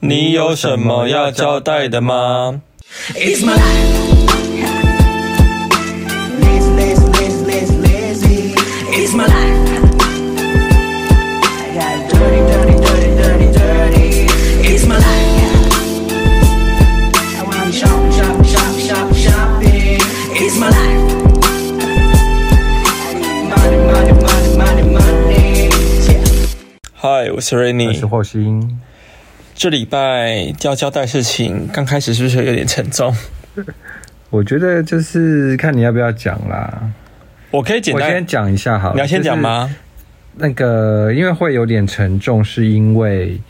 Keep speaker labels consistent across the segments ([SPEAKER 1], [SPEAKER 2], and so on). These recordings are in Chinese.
[SPEAKER 1] 你有什么要交代的吗？
[SPEAKER 2] It's my life. Lazy, lazy, lazy, lazy, lazy. It's my life. I got dirty, dirty, dirty, dirty, dirty. It's my life. I wanna be shopping, shopping, shopping, shopping, shopping. It's my life. I need money, money, money, money, money. Yeah.
[SPEAKER 1] 嗨，我是
[SPEAKER 3] 我是
[SPEAKER 1] Rainy。
[SPEAKER 3] 霍星，
[SPEAKER 1] 这礼拜要交代事情，刚开始是不是有点沉重？
[SPEAKER 3] 我觉得就是看你要不要讲啦。
[SPEAKER 1] 我可以简
[SPEAKER 3] 我先
[SPEAKER 1] 单，
[SPEAKER 3] 讲一下好了，
[SPEAKER 1] 你要先讲？吗？
[SPEAKER 3] 那个因为会有点沉重，是因为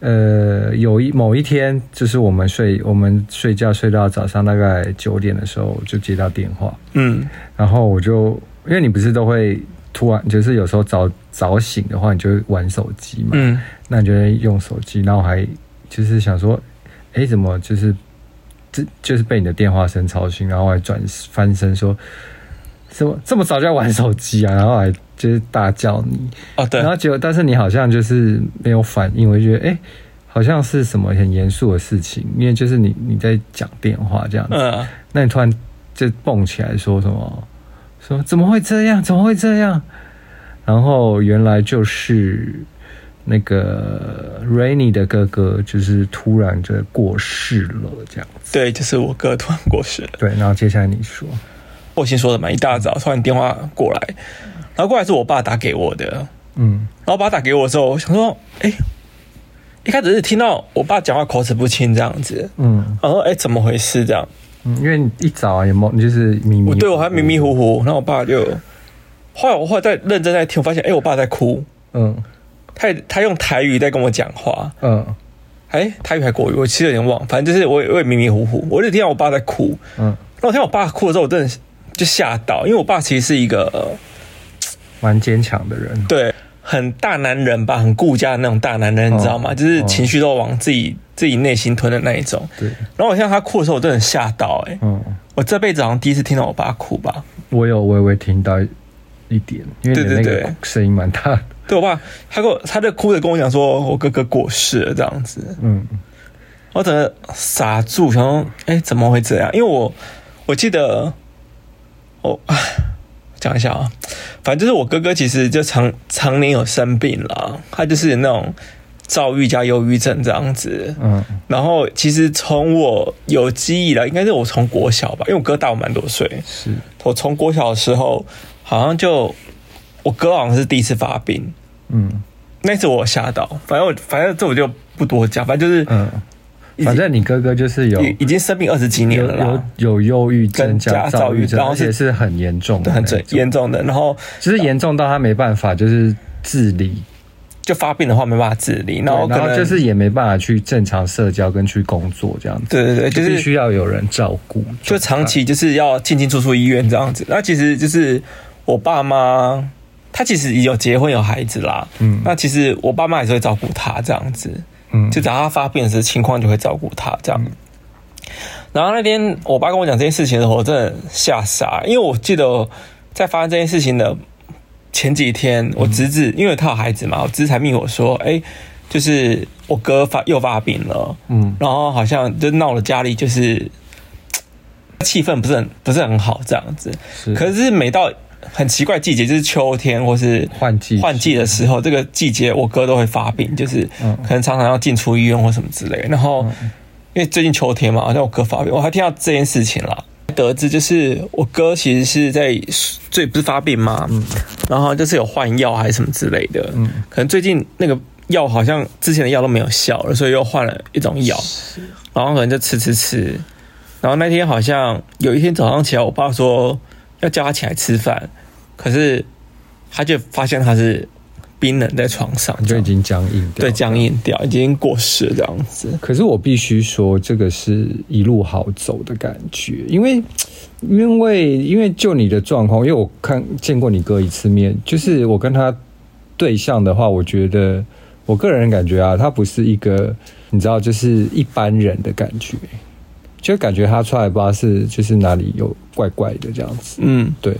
[SPEAKER 3] 呃，有一某一天，就是我们睡我们睡觉睡到早上大概九点的时候，我就接到电话，
[SPEAKER 1] 嗯，
[SPEAKER 3] 然后我就因为你不是都会突然就是有时候早早醒的话，你就会玩手机嘛，
[SPEAKER 1] 嗯，
[SPEAKER 3] 那你就会用手机，然后还就是想说，哎，怎么就是这就是被你的电话声吵醒，然后还转翻身说，什么这么早就要玩手机啊，然后还就是大叫你，
[SPEAKER 1] 哦对
[SPEAKER 3] 然，后结果但是你好像就是没有反应，我就觉得哎。诶好像是什么很严肃的事情，因为就是你你在讲电话这样子，
[SPEAKER 1] 嗯，
[SPEAKER 3] 那你突然就蹦起来说什么？说怎么会这样？怎么会这样？然后原来就是那个 Rainy 的哥哥，就是突然就过世了，这样子。
[SPEAKER 1] 对，就是我哥突然过世了。
[SPEAKER 3] 对，然后接下来你说，
[SPEAKER 1] 我先说的嘛，一大早突然电话过来，然后过来是我爸打给我的，然
[SPEAKER 3] 嗯，
[SPEAKER 1] 后我爸打给我的时候，我想说，哎、一开始是听到我爸讲话口齿不清这样子，
[SPEAKER 3] 嗯
[SPEAKER 1] 然后哎、诶怎么回事这样？
[SPEAKER 3] 嗯，因为你一早啊也懵，就是迷迷糊糊，
[SPEAKER 1] 我对我还迷迷糊
[SPEAKER 3] 嗯
[SPEAKER 1] 糊，然后我爸就，后来我后来在认真在听，我发现哎、诶我爸在哭，
[SPEAKER 3] 嗯
[SPEAKER 1] 他也他用台语在跟我讲话，
[SPEAKER 3] 嗯
[SPEAKER 1] 哎、台语还国语，我其实有点忘，反正就是我也我也迷迷糊糊，我就听到我爸在哭，
[SPEAKER 3] 嗯，
[SPEAKER 1] 然后我听到我爸哭的时候，我真的是就吓到，因为我爸其实是一个。呃
[SPEAKER 3] 蛮坚强的人。
[SPEAKER 1] 对，很大男人吧，很顾家的那种大男人，你知道吗？
[SPEAKER 3] 哦
[SPEAKER 1] 就是情绪都往自己、自己内心吞的那一种。
[SPEAKER 3] 对，
[SPEAKER 1] 然后我像他哭的时候，我真的很吓到、欸，哎，
[SPEAKER 3] 嗯，
[SPEAKER 1] 我这辈子好像第一次听到我爸哭吧？
[SPEAKER 3] 我有微微听到一点，因为你的
[SPEAKER 1] 对对
[SPEAKER 3] 那
[SPEAKER 1] 对
[SPEAKER 3] 个声音蛮大的。
[SPEAKER 1] 对我爸，他跟我，他就哭着跟我讲说，我哥哥过世了这样子，
[SPEAKER 3] 嗯
[SPEAKER 1] 我整个傻住，想说，哎、怎么会这样？因为我我记得，我讲一下啊，反正就是我哥哥其实就常常年有生病啦，他就是那种躁郁加忧郁症这样子，
[SPEAKER 3] 嗯
[SPEAKER 1] 然后其实从我有记忆来，应该是我从国小吧，因为我哥大我蛮多岁。
[SPEAKER 3] 是，
[SPEAKER 1] 我从国小的时候，好像就我哥好像是第一次发病，
[SPEAKER 3] 嗯。
[SPEAKER 1] 那次我有吓到。反正我反正这我就不多讲，反正就是
[SPEAKER 3] 嗯，反正你哥哥就是嗯有
[SPEAKER 1] 已已经生病二十几年
[SPEAKER 3] 有
[SPEAKER 1] 了
[SPEAKER 3] 有
[SPEAKER 1] 啦，
[SPEAKER 3] 有忧郁症
[SPEAKER 1] 跟
[SPEAKER 3] 加
[SPEAKER 1] 加躁
[SPEAKER 3] 躁
[SPEAKER 1] 郁
[SPEAKER 3] 郁症，
[SPEAKER 1] 然后
[SPEAKER 3] 而
[SPEAKER 1] 是
[SPEAKER 3] 且是很严重的
[SPEAKER 1] 很
[SPEAKER 3] 那
[SPEAKER 1] 严
[SPEAKER 3] 种，
[SPEAKER 1] 严重的。然后
[SPEAKER 3] 就是严重到他没办法就是自理，
[SPEAKER 1] 就发病的话没办法自理，然后
[SPEAKER 3] 对
[SPEAKER 1] 可
[SPEAKER 3] 然后
[SPEAKER 1] 能
[SPEAKER 3] 就是也没办法去正常社交跟去工作这样子，
[SPEAKER 1] 对对对，就
[SPEAKER 3] 就必
[SPEAKER 1] 是
[SPEAKER 3] 须要有人照顾，
[SPEAKER 1] 就长期就是要进进出出医院这样子。那其实就是我爸妈，他其实也有结婚有孩子啦，
[SPEAKER 3] 嗯
[SPEAKER 1] 那其实我爸妈还是会照顾他这样子，
[SPEAKER 3] 嗯
[SPEAKER 1] 就只要他发病的时候情况就会照顾他这样。然后那天我爸跟我讲这件事情的时候，我真的吓傻，因为我记得在发生这件事情的前几天，我侄子、因为他有孩子嘛，我侄子才命我说，哎、就是我哥发又发病了，
[SPEAKER 3] 嗯
[SPEAKER 1] 然后好像就闹了家里，就是气氛不是很不是很好这样子。
[SPEAKER 3] 是，
[SPEAKER 1] 可是每到很奇怪的季节，就是秋天或是
[SPEAKER 3] 换季
[SPEAKER 1] 换季的时候，这个季节我哥都会发病，就是
[SPEAKER 3] 嗯
[SPEAKER 1] 可能常常要进出医院或什么之类的。然后因为最近秋天嘛，好像我哥发病，我还听到这件事情啦。得知就是我哥其实是在最不是发病嘛，
[SPEAKER 3] 嗯
[SPEAKER 1] 然后就是有换药还是什么之类的，可能最近那个药好像之前的药都没有效了，所以又换了一种药，然后可能就吃吃吃，然后那天好像有一天早上起来，我爸说要叫他起来吃饭，可是他就发现他是冰冷在床上，
[SPEAKER 3] 就已经僵硬掉
[SPEAKER 1] 对。僵硬掉，已经过世了这样子。
[SPEAKER 3] 可是我必须说，这个是一路好走的感觉，因为，因为，因为就你的状况，因为我看见过你哥一次面，就是我跟他对象的话，我觉得我个人感觉啊，他不是一个你知道，就是一般人的感觉，就感觉他出来吧是就是哪里有怪怪的这样子，
[SPEAKER 1] 嗯，
[SPEAKER 3] 对，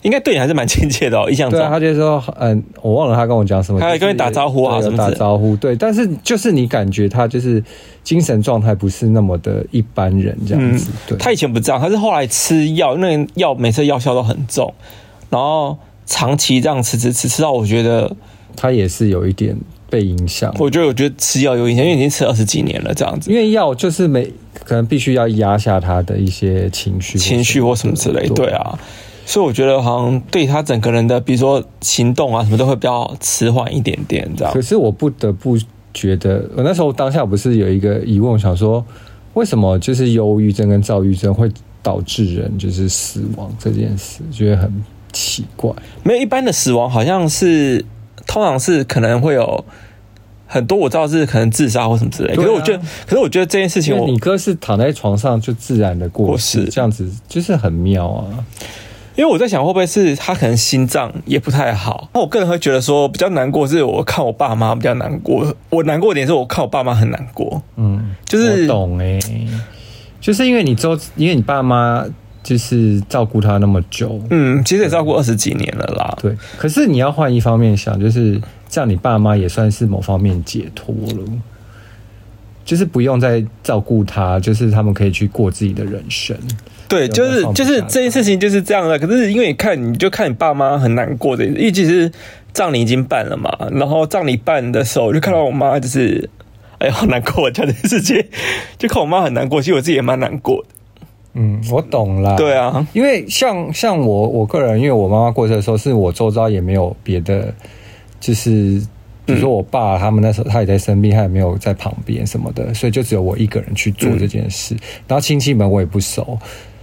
[SPEAKER 1] 应该对你还是蛮亲切的哦，印象中
[SPEAKER 3] 对。啊，他就说，嗯，我忘了他跟我讲什么，
[SPEAKER 1] 他还跟你打招呼啊
[SPEAKER 3] 就
[SPEAKER 1] 什么
[SPEAKER 3] 是对
[SPEAKER 1] 之
[SPEAKER 3] 有打
[SPEAKER 1] 类的
[SPEAKER 3] 招呼，对，但是就是你感觉他就是精神状态不是那么的一般人这样
[SPEAKER 1] 嗯
[SPEAKER 3] 子，对，，
[SPEAKER 1] 他以前不这样，他是后来吃药，那个药每次药效都很重，然后长期这样吃吃吃吃到我觉得，
[SPEAKER 3] 他也是有一点被影响，
[SPEAKER 1] 我觉得我觉得吃药有影响，因为已经吃二十几年了这样子
[SPEAKER 3] 因。为药就是没可能必须要压下他的一些情绪，
[SPEAKER 1] 情绪或什么之类，
[SPEAKER 3] 的
[SPEAKER 1] 对，啊。所以我觉得好像对他整个人的，比如说行动啊什么，都会比较迟缓一点点，这样
[SPEAKER 3] 可。是我不得不觉得，我那时候当下不是有一个疑问，我想说为什么就是忧郁症跟躁郁症会导致人就是死亡这件事，觉得很奇怪。
[SPEAKER 1] 没有一般的死亡，好像是通常是可能会有很多我知道是可能自杀或什么之类。可
[SPEAKER 3] 对啊
[SPEAKER 1] 是我觉得，可是我觉得这件事情
[SPEAKER 3] 因
[SPEAKER 1] 我，
[SPEAKER 3] 为你哥是躺在床上就自然的过世，
[SPEAKER 1] 过世
[SPEAKER 3] 这样子就是很妙啊。
[SPEAKER 1] 因为我在想会不会是他可能心脏也不太好。那我个人会觉得说比较难过，是我看我爸妈比较难过。我难过的点是我看我爸妈很难过，
[SPEAKER 3] 嗯，
[SPEAKER 1] 就是
[SPEAKER 3] 我懂哎、就是因为你周，因为你爸妈就是照顾他那么久，
[SPEAKER 1] 嗯，其实也照顾二十几年了啦。
[SPEAKER 3] 对。可是你要换一方面想，就是这样，你爸妈也算是某方面解脱了，就是不用再照顾他，就是他们可以去过自己的人生。
[SPEAKER 1] 对，就
[SPEAKER 3] 有没有
[SPEAKER 1] 是
[SPEAKER 3] 放不
[SPEAKER 1] 就是
[SPEAKER 3] 下
[SPEAKER 1] 这件事情就是这样的。可是因为你看，你就看你爸妈很难过的，因为其实葬礼已经办了嘛，然后葬礼办的时候，我就看到我妈就是，哎呀，好难过，这件事情， 就看我妈很难过，其实我自己也蛮难过的。
[SPEAKER 3] 嗯，我懂啦。
[SPEAKER 1] 对啊，
[SPEAKER 3] 因为像像我我个人，因为我妈妈过世的时候，是我周遭也没有别的，就是比如说我爸他们那时候他也在生病，他也没有在旁边什么的，所以就只有我一个人去做这件事。然后亲戚们我也不熟，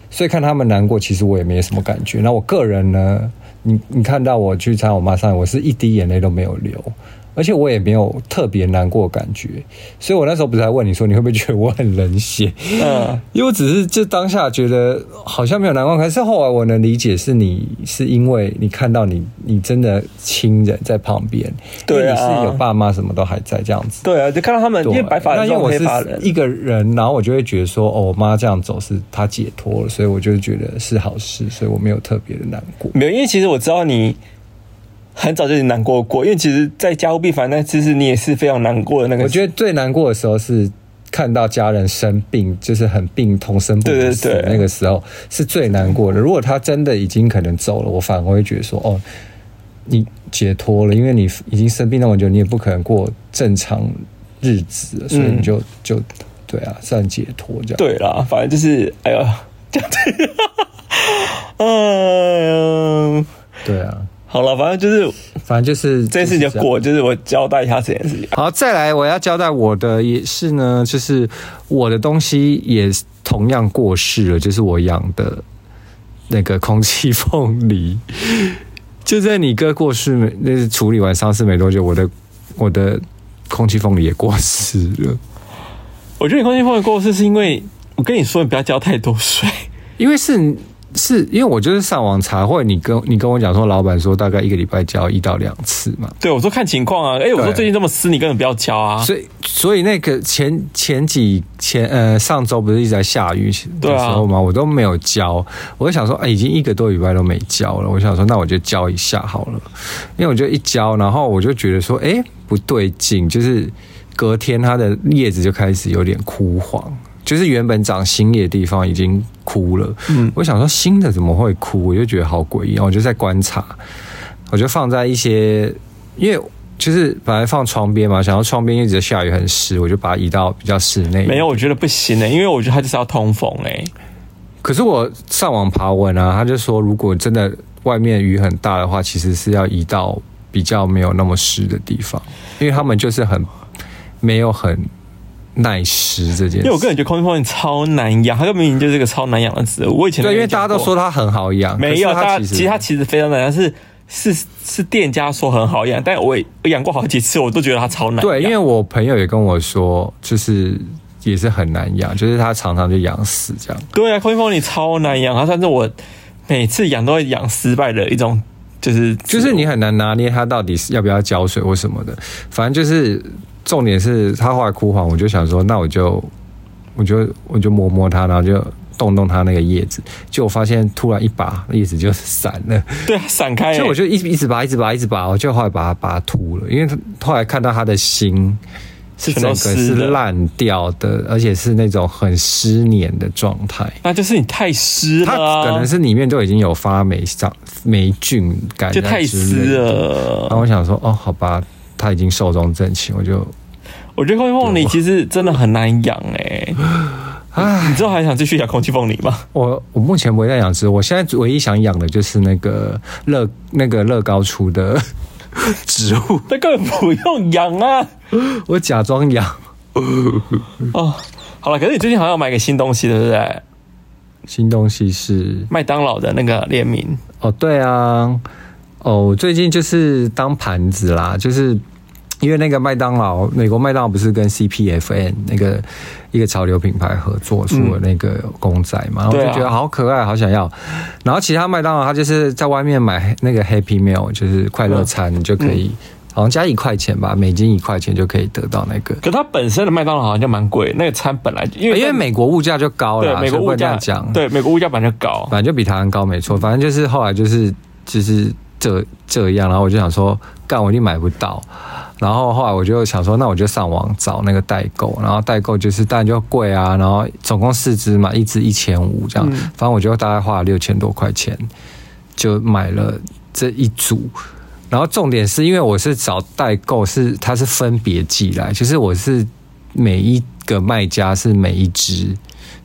[SPEAKER 3] 所以看他们难过，其实我也没什么感觉。那我个人呢，你你看到我去参加我妈上，我是一滴眼泪都没有流。而且我也没有特别难过的感觉，所以我那时候不是还问你说你会不会觉得我很冷血？
[SPEAKER 1] 嗯，
[SPEAKER 3] 因为我只是就当下觉得好像没有难忘，可是后来我能理解是你是因为你看到你你真的亲人在旁边，
[SPEAKER 1] 对啊
[SPEAKER 3] 因为你是有爸妈什么都还在这样子。
[SPEAKER 1] 对啊，就看到他们，因
[SPEAKER 3] 对
[SPEAKER 1] 为白发
[SPEAKER 3] 那
[SPEAKER 1] 人
[SPEAKER 3] 因为
[SPEAKER 1] 送
[SPEAKER 3] 我
[SPEAKER 1] 黑发
[SPEAKER 3] 是
[SPEAKER 1] 人，
[SPEAKER 3] 一个人，然后我就会觉得说，哦，我妈这样走是她解脱了，所以我就觉得是好事，所以我没有特别的难过。
[SPEAKER 1] 没有，因为其实我知道你很早就已经难过过，因为其实，在家务必反那次是你也是非常难过的那个，
[SPEAKER 3] 我觉
[SPEAKER 1] 得
[SPEAKER 3] 得最难过的时候是看到家人生病，就是很病痛、生不
[SPEAKER 1] 对
[SPEAKER 3] 如
[SPEAKER 1] 对
[SPEAKER 3] 死
[SPEAKER 1] 对
[SPEAKER 3] 那个时候是最难过的。如果他真的已经可能走了，我反而会觉得说，哦，你解脱了，因为你已经生病那么久，你也不可能过正常日子了，所以你就、就对啊，算解脱这样。
[SPEAKER 1] 嗯对啦，反正就是， 哎呀，这样子， 哎呀。
[SPEAKER 3] 对啊，
[SPEAKER 1] 好了，反正就是
[SPEAKER 3] 反正就是
[SPEAKER 1] 这件事情
[SPEAKER 3] 就是
[SPEAKER 1] 就
[SPEAKER 3] 样
[SPEAKER 1] 过，就是我交代一下这件事情。
[SPEAKER 3] 好，再来我要交代我的也是呢，就是我的东西也同样过世了，就是我养的那个空气凤梨， 就在你哥过世没，那是处理完丧事没多久，我的我的空气凤梨也过世了。
[SPEAKER 1] 我觉得你空气凤梨过世是因为我跟你说，你不要浇太多水。
[SPEAKER 3] 因为是是因为我就是上网查，或者你跟你跟我讲说，老板说大概一个礼拜交一到两次嘛，
[SPEAKER 1] 对，我说看情况啊。哎、我说
[SPEAKER 3] 对
[SPEAKER 1] 最近这么湿，你根本不要浇啊。
[SPEAKER 3] 所以，所以那个前前几前呃上周不是一直在下雨
[SPEAKER 1] 对
[SPEAKER 3] 的
[SPEAKER 1] 啊
[SPEAKER 3] 时候吗？我都没有浇，我就想说，哎、已经一个多礼拜都没浇了，我想说，那我就浇一下好了，因为我就一浇，然后我就觉得说，哎、不对劲，就是隔天它的叶子就开始有点枯黄。就是原本长新叶的地方已经枯了，嗯，我想说新的怎么会枯，我就觉得好诡异，然后我就在观察，我就放在一些，因为就是本来放窗边嘛，想要窗边一直下雨很湿，我就把它移到比较室内。
[SPEAKER 1] 没有，，我觉得不行呢、欸因为我觉得它就是要通风哎、
[SPEAKER 3] 可是我上网爬文啊，他就说如果真的外面雨很大的话，其实是要移到比较没有那么湿的地方，因为他们就是很没有很耐湿这件
[SPEAKER 1] 因为我个
[SPEAKER 3] 事。
[SPEAKER 1] 人觉得空气凤梨超难养，它根本明明就是个超难养的植物。我以前都
[SPEAKER 3] 对，因为
[SPEAKER 1] 讲
[SPEAKER 3] 大家都
[SPEAKER 1] 过
[SPEAKER 3] 说它很好养，
[SPEAKER 1] 没有，
[SPEAKER 3] 可
[SPEAKER 1] 大
[SPEAKER 3] 是它
[SPEAKER 1] 家
[SPEAKER 3] 其实
[SPEAKER 1] 其实它其实非常难养，是是是店家说很好养，但我也我养过好几次，我都觉得它超难养。
[SPEAKER 3] 对，因为我朋友也跟我说，就是也是很难养，就是他常常就养死这样。
[SPEAKER 1] 对啊，空气凤梨超难养，它算是我每次养都会养失败的一种，就是
[SPEAKER 3] 就是你很难拿捏它到底是要不要浇水或什么的。反正就是重点是它后来枯黄，我就想说，那我就我就我就摸摸它，然后就动动它那个叶子，就我发现突然一拔叶子就散了，
[SPEAKER 1] 对啊，散开、
[SPEAKER 3] 所以
[SPEAKER 1] 欸
[SPEAKER 3] 我，就一直一直拔，一直拔，一直拔，我就后来把它把它秃了，因为它后来看到它的心是
[SPEAKER 1] 全
[SPEAKER 3] 整
[SPEAKER 1] 都
[SPEAKER 3] 个
[SPEAKER 1] 湿
[SPEAKER 3] 是
[SPEAKER 1] 了
[SPEAKER 3] 烂掉的，而且是那种很湿黏的状态。
[SPEAKER 1] 那就是你太湿了、
[SPEAKER 3] 它
[SPEAKER 1] 啊，
[SPEAKER 3] 可能是里面都已经有发霉长霉菌感
[SPEAKER 1] 就
[SPEAKER 3] 染
[SPEAKER 1] 太
[SPEAKER 3] 之类
[SPEAKER 1] 湿
[SPEAKER 3] 的。然后
[SPEAKER 1] 了。
[SPEAKER 3] 我想说，哦，好吧，它已经寿终正寝，我就
[SPEAKER 1] 我觉得空气凤梨其实真的很难养哎、
[SPEAKER 3] 唉
[SPEAKER 1] 你之后还想继续养空气凤梨吗？
[SPEAKER 3] 我我目前不会再养殖，我现在唯一想养的就是那个乐那个乐高出的 植物，
[SPEAKER 1] 那根本不用养啊！
[SPEAKER 3] 我假装养
[SPEAKER 1] 哦，好了，可是你最近好像有买个新东西，对不对？
[SPEAKER 3] 新东西是
[SPEAKER 1] 麦当劳的那个联名，
[SPEAKER 3] 哦，对啊，哦，我最近就是当盘子啦，就是因为那个麦当劳，美国麦当劳不是跟 CPFN 那个一个潮流品牌合作出了那个公仔嘛，然后我
[SPEAKER 1] 对
[SPEAKER 3] 就
[SPEAKER 1] 啊
[SPEAKER 3] 觉得好可爱，好想要。然后其他麦当劳它就是在外面买那个 Happy Meal，就是快乐餐，你就可以。
[SPEAKER 1] 嗯
[SPEAKER 3] 好像加一块钱吧，美金一块钱就可以得到那个，
[SPEAKER 1] 可它本身的麦当劳好像就蛮贵，那个餐本来就因为
[SPEAKER 3] 哎因为美国物价就高
[SPEAKER 1] 对
[SPEAKER 3] 了，
[SPEAKER 1] 美国
[SPEAKER 3] 所以不
[SPEAKER 1] 物
[SPEAKER 3] 能这
[SPEAKER 1] 价
[SPEAKER 3] 样讲，
[SPEAKER 1] 对美国物价本来就高，
[SPEAKER 3] 反正就比台湾高，没错。反正就是后来就是就是这这样，然后我就想说，干我一定买不到。然后后来我就想说，那我就上网找那个代购，然后代购就是当然就贵啊，然后总共四只嘛，一只一千五这样，
[SPEAKER 1] 嗯
[SPEAKER 3] 反正我就大概花了六千多块钱就买了这一组。然后重点是因为我是找代购，是它是分别寄来，就是我是每一个卖家是每一只，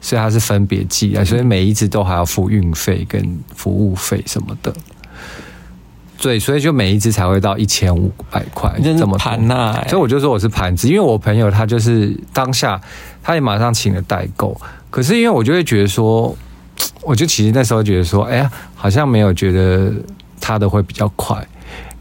[SPEAKER 3] 所以它是分别寄来，所以每一只都还要付运费跟服务费什么的。对，所以就每一只才会到一千五百块
[SPEAKER 1] 你真
[SPEAKER 3] 这
[SPEAKER 1] 是
[SPEAKER 3] 么多
[SPEAKER 1] 盘呐、欸
[SPEAKER 3] 所以我就说我是盘子，因为我朋友他就是当下他也马上请了代购，可是因为我就会觉得说，我就其实那时候觉得说，哎呀，好像没有觉得他的会比较快。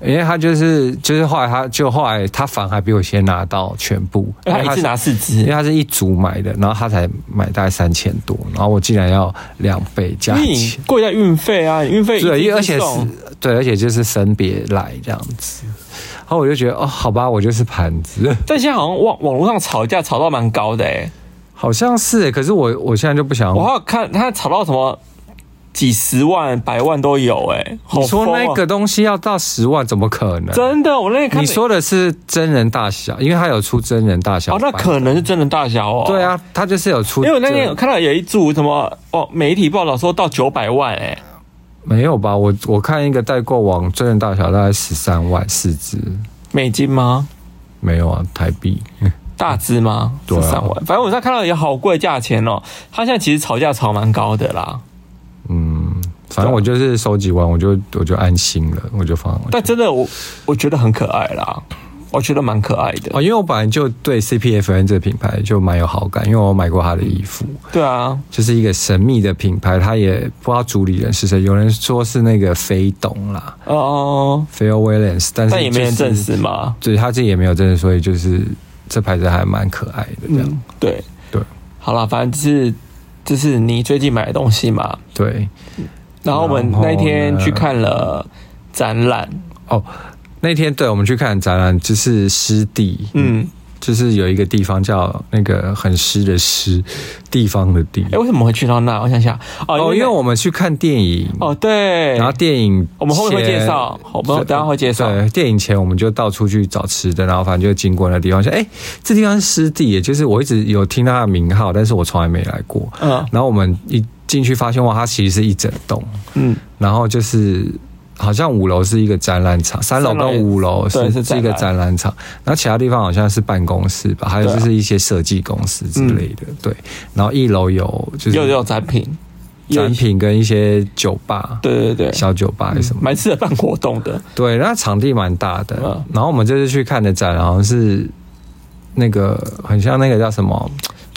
[SPEAKER 3] 因为他就是就是后来他就后来他反而还比我先拿到全部，
[SPEAKER 1] 因为
[SPEAKER 3] 因为
[SPEAKER 1] 哎它一
[SPEAKER 3] 是
[SPEAKER 1] 次拿四
[SPEAKER 3] 因为
[SPEAKER 1] 只，
[SPEAKER 3] 他是一组买的，然后他才买大概三千多，然后我竟然要两倍价
[SPEAKER 1] 因为你
[SPEAKER 3] 钱，
[SPEAKER 1] 贵在运费啊，运费
[SPEAKER 3] 对，
[SPEAKER 1] 一
[SPEAKER 3] 因
[SPEAKER 1] 次
[SPEAKER 3] 为而且是
[SPEAKER 1] 送，
[SPEAKER 3] 对，而且就是分别来这样子，然后我就觉得哦，好吧，我就是盘子，
[SPEAKER 1] 但现在好像网网络上吵架吵到蛮高的哎、
[SPEAKER 3] 好像是耶，可是我我现在就不想。
[SPEAKER 1] 我还有看他炒到什么几十万、百万都有哎、好
[SPEAKER 3] 你说
[SPEAKER 1] 疯
[SPEAKER 3] 那
[SPEAKER 1] 哦
[SPEAKER 3] 个东西要到十万，怎么可能？
[SPEAKER 1] 真的，我那天看
[SPEAKER 3] 你说的是真人大小，因为它有出真人大小
[SPEAKER 1] 哦，那
[SPEAKER 3] 版
[SPEAKER 1] 可能是真的大小哦。
[SPEAKER 3] 对，啊，它就是有出
[SPEAKER 1] 因
[SPEAKER 3] 这，
[SPEAKER 1] 为我那天有看到有一组什么哦，媒体报道说到九百万哎、
[SPEAKER 3] 没有吧？我我看一个代购网真人大小大概十三万四只，
[SPEAKER 1] 美金吗？
[SPEAKER 3] 没有啊，台币。
[SPEAKER 1] 大只吗？
[SPEAKER 3] 对啊
[SPEAKER 1] 三万，反正我在看到有好贵的价钱哦。他现在其实吵架吵蛮高的啦，
[SPEAKER 3] 反正我就是收集完，我就我就安心了，我就放。
[SPEAKER 1] 但真的我我觉得很可爱啦，我觉得蛮可爱的。
[SPEAKER 3] 哦，因为我本来就对 CPFN 这个品牌就蛮有好感，因为我买过他的衣服，
[SPEAKER 1] 对啊，
[SPEAKER 3] 就是一个神秘的品牌，他也不知道主理人是谁，有人说是那个飞董啦
[SPEAKER 1] 哦、
[SPEAKER 3] 菲 h i l Williams，但是、
[SPEAKER 1] 但也没人证，实嘛。
[SPEAKER 3] 对他自己也没有证实，所以就是这牌子还蛮可爱的这样。
[SPEAKER 1] 嗯，对
[SPEAKER 3] 对
[SPEAKER 1] 好啦，反正就是就是你最近买的东西嘛。
[SPEAKER 3] 对，
[SPEAKER 1] 然后我们
[SPEAKER 3] 然后
[SPEAKER 1] 那天
[SPEAKER 3] 呢
[SPEAKER 1] 去看了展览，
[SPEAKER 3] 哦，那天对我们去看展览，就是湿地，
[SPEAKER 1] 嗯，
[SPEAKER 3] 就是有一个地方叫那个很湿的湿地方的地
[SPEAKER 1] 哎、。为什么会去到那？我想想，哦，
[SPEAKER 3] 哦，因为
[SPEAKER 1] 那
[SPEAKER 3] 我们去看电影，
[SPEAKER 1] 哦对，
[SPEAKER 3] 然后电影
[SPEAKER 1] 我们后面会
[SPEAKER 3] 前
[SPEAKER 1] 介绍我们
[SPEAKER 3] 对
[SPEAKER 1] 等一下会介绍
[SPEAKER 3] 对，电影前我们就到处去找吃的，然后反正就经过那地方，说哎、诶这地方是湿地耶，就是我一直有听到它的名号，但是我从来没来过。
[SPEAKER 1] 嗯
[SPEAKER 3] 然后我们一进去发现哇，它其实是一整栋，
[SPEAKER 1] 嗯，
[SPEAKER 3] 然后就是好像五楼是一个展览场，三楼
[SPEAKER 1] 三楼也
[SPEAKER 3] 跟五楼
[SPEAKER 1] 对
[SPEAKER 3] 是
[SPEAKER 1] 是展
[SPEAKER 3] 一
[SPEAKER 1] 览
[SPEAKER 3] 个展览场，然后其他地方好像是办公室吧，还有
[SPEAKER 1] 对啊
[SPEAKER 3] 就是一些设计公司之类的，对。然后一楼有就是
[SPEAKER 1] 又有展品，
[SPEAKER 3] 展
[SPEAKER 1] 有，
[SPEAKER 3] 品跟一些酒吧，
[SPEAKER 1] 对对对，
[SPEAKER 3] 小酒吧还是什么的。
[SPEAKER 1] 蛮适合办活动的。
[SPEAKER 3] 对，那场地蛮大的。
[SPEAKER 1] 嗯
[SPEAKER 3] 然后我们这次去看的展，好像是那个很像那个叫什么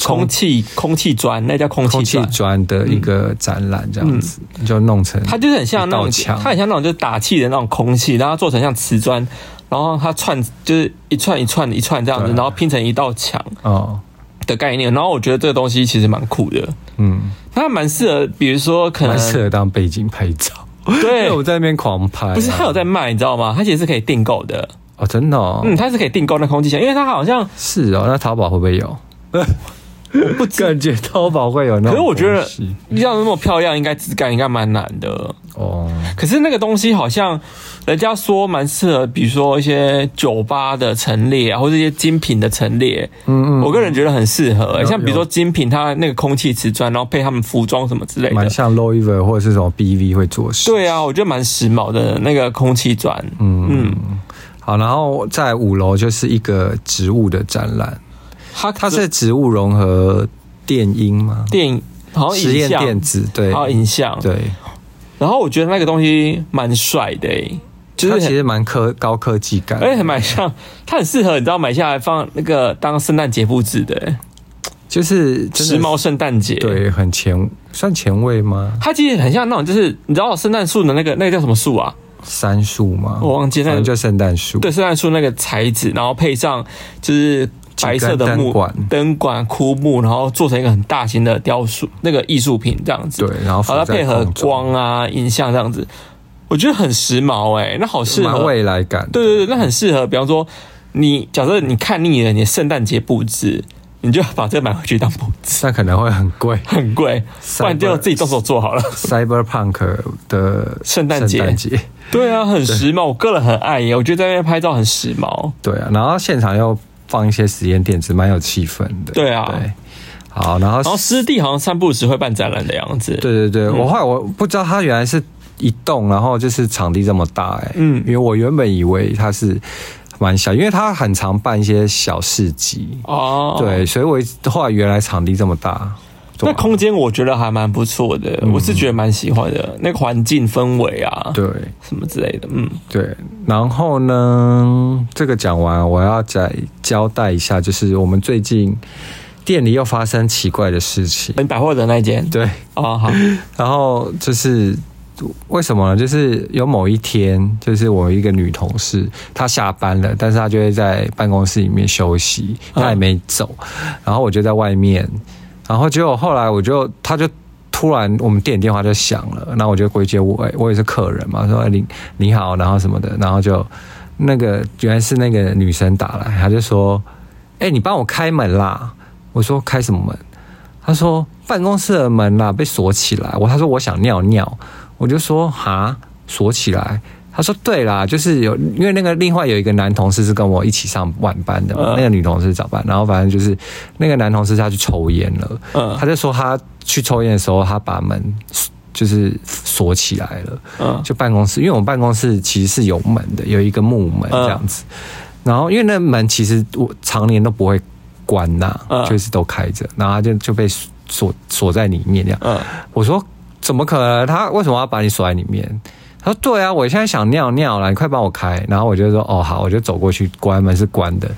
[SPEAKER 1] 空气空气砖，那叫空
[SPEAKER 3] 空
[SPEAKER 1] 气嗯
[SPEAKER 3] 气
[SPEAKER 1] 砖，
[SPEAKER 3] 砖的一个展览这样子，就弄成
[SPEAKER 1] 它就是很像那
[SPEAKER 3] 一
[SPEAKER 1] 种
[SPEAKER 3] 道，墙
[SPEAKER 1] 它很像那种就是打气的那种空气，然后它做成像瓷砖，然后它串就是一串一串一串这样子，
[SPEAKER 3] 对
[SPEAKER 1] 然后拼成一道墙
[SPEAKER 3] 哦，
[SPEAKER 1] 的概念。然后我觉得这个东西其实蛮酷的，
[SPEAKER 3] 嗯，
[SPEAKER 1] 它蛮适合，比如说可能
[SPEAKER 3] 蛮适合当背景拍照。因
[SPEAKER 1] 呃对
[SPEAKER 3] 为，我在那边狂拍啊、
[SPEAKER 1] 不是它有在卖，你知道吗？它其实是可以订购的，
[SPEAKER 3] 哦，真的、哦，
[SPEAKER 1] 嗯，它是可以订购那空气墙，因为它好像
[SPEAKER 3] 是哦。那淘宝会不会有？不感觉淘宝会有那
[SPEAKER 1] 可
[SPEAKER 3] 种东西。
[SPEAKER 1] 是我觉得要那么漂亮，应该质感应该蛮难的。
[SPEAKER 3] 哦，
[SPEAKER 1] 可是那个东西好像人家说蛮适合，比如说一些酒吧的陈列啊，或者一些精品的陈列。
[SPEAKER 3] 嗯嗯，嗯
[SPEAKER 1] 我个人觉得很适合、
[SPEAKER 3] 有
[SPEAKER 1] 像比如说
[SPEAKER 3] 有
[SPEAKER 1] 精品，它那个空气瓷砖，然后配他们服装什么之类
[SPEAKER 3] 蛮
[SPEAKER 1] 的。
[SPEAKER 3] 像 Loewe 或者是什么 BV 会做事。
[SPEAKER 1] 哎对啊，我觉得蛮时髦的那个空气砖。
[SPEAKER 3] 嗯，好，然后在五楼就是一个植物的展览，
[SPEAKER 1] 它
[SPEAKER 3] 它是植物融合电音吗？
[SPEAKER 1] 电影，好像
[SPEAKER 3] 实
[SPEAKER 1] 哦影
[SPEAKER 3] 验
[SPEAKER 1] 像，
[SPEAKER 3] 电子，对，
[SPEAKER 1] 还有影像。
[SPEAKER 3] 对，
[SPEAKER 1] 然后我觉得那个东西蛮帅的、欸，就是
[SPEAKER 3] 它
[SPEAKER 1] 很
[SPEAKER 3] 其实蛮科高科技感，
[SPEAKER 1] 而且蛮像，它很适合你知道买下来放那个当圣诞节布置的、欸
[SPEAKER 3] 就是真的
[SPEAKER 1] 时髦圣诞节。，
[SPEAKER 3] 对，很前算前卫吗？
[SPEAKER 1] 它其实很像那种，就是你知道圣诞树的那个那个叫什么树啊？
[SPEAKER 3] 杉树吗？
[SPEAKER 1] 我忘记那
[SPEAKER 3] 反
[SPEAKER 1] 个
[SPEAKER 3] 正就圣诞树，
[SPEAKER 1] 对，圣诞树那个材质，然后配上就是白色的
[SPEAKER 3] 几根
[SPEAKER 1] 木
[SPEAKER 3] 灯管
[SPEAKER 1] 灯管、枯木，然后做成一个很大型的雕塑，那个艺术品这样子。
[SPEAKER 3] 对，，然后
[SPEAKER 1] 好，它
[SPEAKER 3] 浮在
[SPEAKER 1] 配合
[SPEAKER 3] 空中
[SPEAKER 1] 光啊、影像这样子，我觉得很时髦哎、那好适
[SPEAKER 3] 蛮
[SPEAKER 1] 合。
[SPEAKER 3] 未来感的，
[SPEAKER 1] 对对对，那很适合。比方说，你假设你看腻了你的圣诞节布置，你就把这个买回去当布置，
[SPEAKER 3] 那可能会很贵。
[SPEAKER 1] 很贵，不然就
[SPEAKER 3] Cyber-
[SPEAKER 1] 自己动手做好了。
[SPEAKER 3] Cyberpunk 的
[SPEAKER 1] 圣诞节
[SPEAKER 3] 节，
[SPEAKER 1] 对啊，很时髦，我个人很爱耶，我觉得在那边拍照很时髦。
[SPEAKER 3] 对啊，然后现场又放一些实验电子，蛮有气氛的。
[SPEAKER 1] 对啊
[SPEAKER 3] 对，好，然后
[SPEAKER 1] 然后师弟好像散步时会办展览的样子。
[SPEAKER 3] 对对对，
[SPEAKER 1] 嗯
[SPEAKER 3] 我后来我不知道它原来是一栋，然后就是场地这么大、哎，
[SPEAKER 1] 嗯
[SPEAKER 3] 因为我原本以为它是蛮小，因为它很常办一些小市集，
[SPEAKER 1] 哦，
[SPEAKER 3] 对，，所以我一直后来原来场地这么大，
[SPEAKER 1] 那空间我觉得还蛮不错的，我是觉得蛮喜欢的，那个环境氛围啊，
[SPEAKER 3] 对
[SPEAKER 1] 什么之类的，嗯，
[SPEAKER 3] 对，然后呢，这个讲完，我要再交代一下，就是我们最近店里又发生奇怪的事情，
[SPEAKER 1] 很百货的那间，
[SPEAKER 3] 对。
[SPEAKER 1] 哦，好，
[SPEAKER 3] 然后就是为什么呢？就是有某一天，就是我一个女同事，她下班了，但是她就会在办公室里面休息，
[SPEAKER 1] 嗯
[SPEAKER 3] 她也没走。然后我就在外面，然后结果后来我就，她就。突然，我们店里电话就响了，然后我就回接我，哎我也是客人嘛，说哎你你好，然后什么的，然后就那个原来是那个女生打来，她就说，哎、你帮我开门啦，我说开什么门？他说办公室的门啊啦、被锁起来。我他说我想尿尿，我就说哈锁起来。他说对啦，就是有因为那个另外有一个男同事是跟我一起上晚班的嘛，
[SPEAKER 1] 嗯
[SPEAKER 3] 那个女同事早班，然后反正就是那个男同事他去抽烟了，
[SPEAKER 1] 嗯
[SPEAKER 3] 他就说他去抽烟的时候他把门就是锁起来了。
[SPEAKER 1] 嗯，
[SPEAKER 3] 就办公室，因为我们办公室其实是有门的，有一个木门
[SPEAKER 1] 嗯
[SPEAKER 3] 这样子。然后因为那门其实我常年都不会关呐、
[SPEAKER 1] 嗯
[SPEAKER 3] 就是都开着，然后他就就被锁锁在里面这样。
[SPEAKER 1] 嗯，
[SPEAKER 3] 我说怎么可能？他为什么要把你锁在里面？他说对啊，我现在想尿尿了，你快帮我开。然后我就说哦好，我就走过去，关门是关的，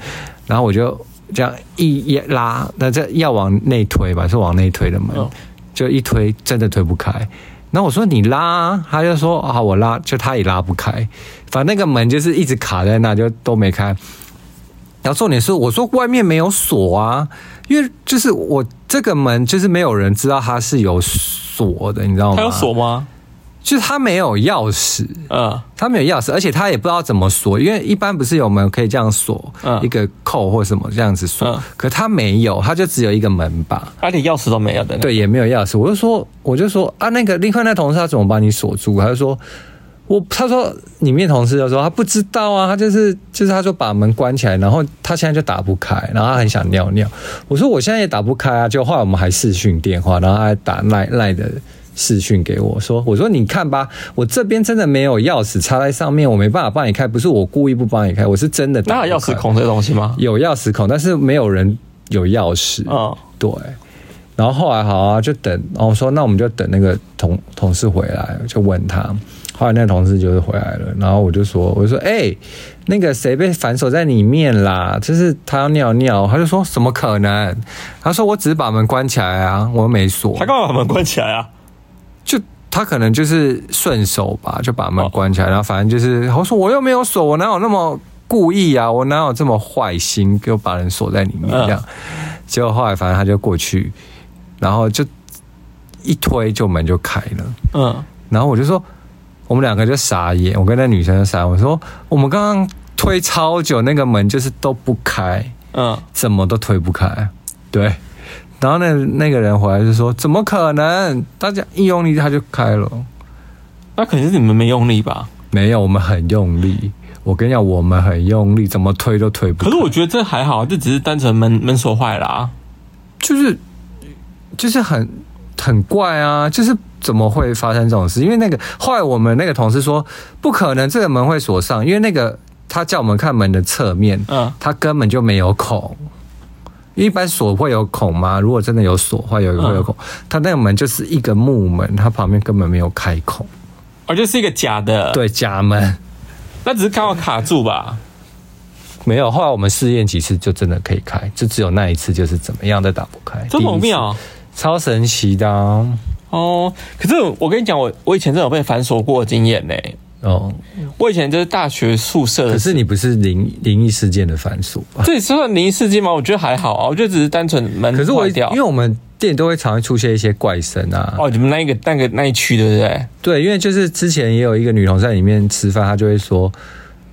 [SPEAKER 3] 然后我就这样一一拉，那这要往内推吧，是往内推的门，
[SPEAKER 1] 嗯
[SPEAKER 3] 就一推真的推不开。那我说你拉啊，他就说啊我拉，就他也拉不开，反正那个门就是一直卡在那，就都没开。然后重点是，我说外面没有锁啊，因为就是我这个门就是没有人知道它是有锁的，你知道吗？
[SPEAKER 1] 它有锁，吗？
[SPEAKER 3] 就是它没有钥匙，
[SPEAKER 1] 嗯，
[SPEAKER 3] 它没有钥匙，而且它也不知道怎么锁，因为一般不是有门可以这样锁，
[SPEAKER 1] 嗯
[SPEAKER 3] 一个扣或什么这样子锁，
[SPEAKER 1] 嗯
[SPEAKER 3] 可它没有，它就只有一个门把。
[SPEAKER 1] 而啊且钥匙都没有的，，
[SPEAKER 3] 对，也没有钥匙。我就说，我就说啊，那个另外那同事他怎么把你锁住？他就说，我他说里面同事就说他不知道啊，他就是就是他说把门关起来，然后他现在就打不开，然后他很想尿尿。我说我现在也打不开啊，就后来我们还视讯电话，然后他还打赖赖的。视讯给我说，我说你看吧，我这边真的没有钥匙插在上面，我没办法帮你开，不是我故意不帮你开，我是真的打
[SPEAKER 1] 那
[SPEAKER 3] 不
[SPEAKER 1] 有钥匙
[SPEAKER 3] 开
[SPEAKER 1] 孔这个东西吗？
[SPEAKER 3] 有钥匙孔，但是没有人有钥匙。
[SPEAKER 1] 嗯，
[SPEAKER 3] 对。然后后来好啊，就等，然后我说那我们就等那个同同事回来，就问他。后来那个同事就是回来了，然后我就说，我就说，哎、那个谁被反锁在里面啦，就是他要尿尿，他就说怎么可能？他说我只是把门关起来啊，我没锁。
[SPEAKER 1] 他干嘛把门关起来啊？
[SPEAKER 3] 就他可能就是顺手吧，就把门关起来，然后反正就是哦我说我又没有锁，我哪有那么故意啊，我哪有这么坏心，就把人锁在里面这样。结果后来反正他就过去，然后就一推就门就开了，
[SPEAKER 1] 嗯，
[SPEAKER 3] 然后我就说我们两个就傻眼，我跟那女生就傻眼，我说我们刚刚推超久，那个门就是都不开，
[SPEAKER 1] 嗯，
[SPEAKER 3] 怎么都推不开，对。然后那那个人回来就说：“怎么可能？大家一用力他就开了。
[SPEAKER 1] 那可能是你们没用力吧？”
[SPEAKER 3] 没有，我们很用力。我跟你讲，我们很用力，怎么推都推不开。
[SPEAKER 1] 可是我觉得这还好，这只是单纯闷闷手坏啦、
[SPEAKER 3] 就是就是很很怪啊，就是怎么会发生这种事？因为那个后来我们那个同事说，不可能这个门会锁上，因为那个他叫我们看门的侧面，
[SPEAKER 1] 嗯
[SPEAKER 3] 它根本就没有孔。一般锁会有孔吗？如果真的有锁，会有会有孔。它那个门就是一个木门，它旁边根本没有开孔，
[SPEAKER 1] 而且是一个假的，，
[SPEAKER 3] 对，假门
[SPEAKER 1] 那只是刚好卡住吧？
[SPEAKER 3] 没有。后来我们试验几次，就真的可以开，就只有那一次就是怎么样都打不开，
[SPEAKER 1] 这么
[SPEAKER 3] 第一次
[SPEAKER 1] 妙，
[SPEAKER 3] 超神奇的啊、
[SPEAKER 1] 哦！可是我跟你讲，我我以前真的有被反锁过的经验呢、
[SPEAKER 3] 哦。
[SPEAKER 1] 我以前就是大学宿舍
[SPEAKER 3] 可
[SPEAKER 1] 的时候，
[SPEAKER 3] 是你不是灵灵异事件的番薯吧？
[SPEAKER 1] 这也算灵异事件吗？我觉得还好啊，我觉得只是单纯门
[SPEAKER 3] 可是我
[SPEAKER 1] 坏掉
[SPEAKER 3] 因为。我们店都会常会出现一些怪声啊，
[SPEAKER 1] 哦，你们那一个那个那一区对不对？
[SPEAKER 3] 对，因为就是之前也有一个女同事在里面吃饭，她就会说，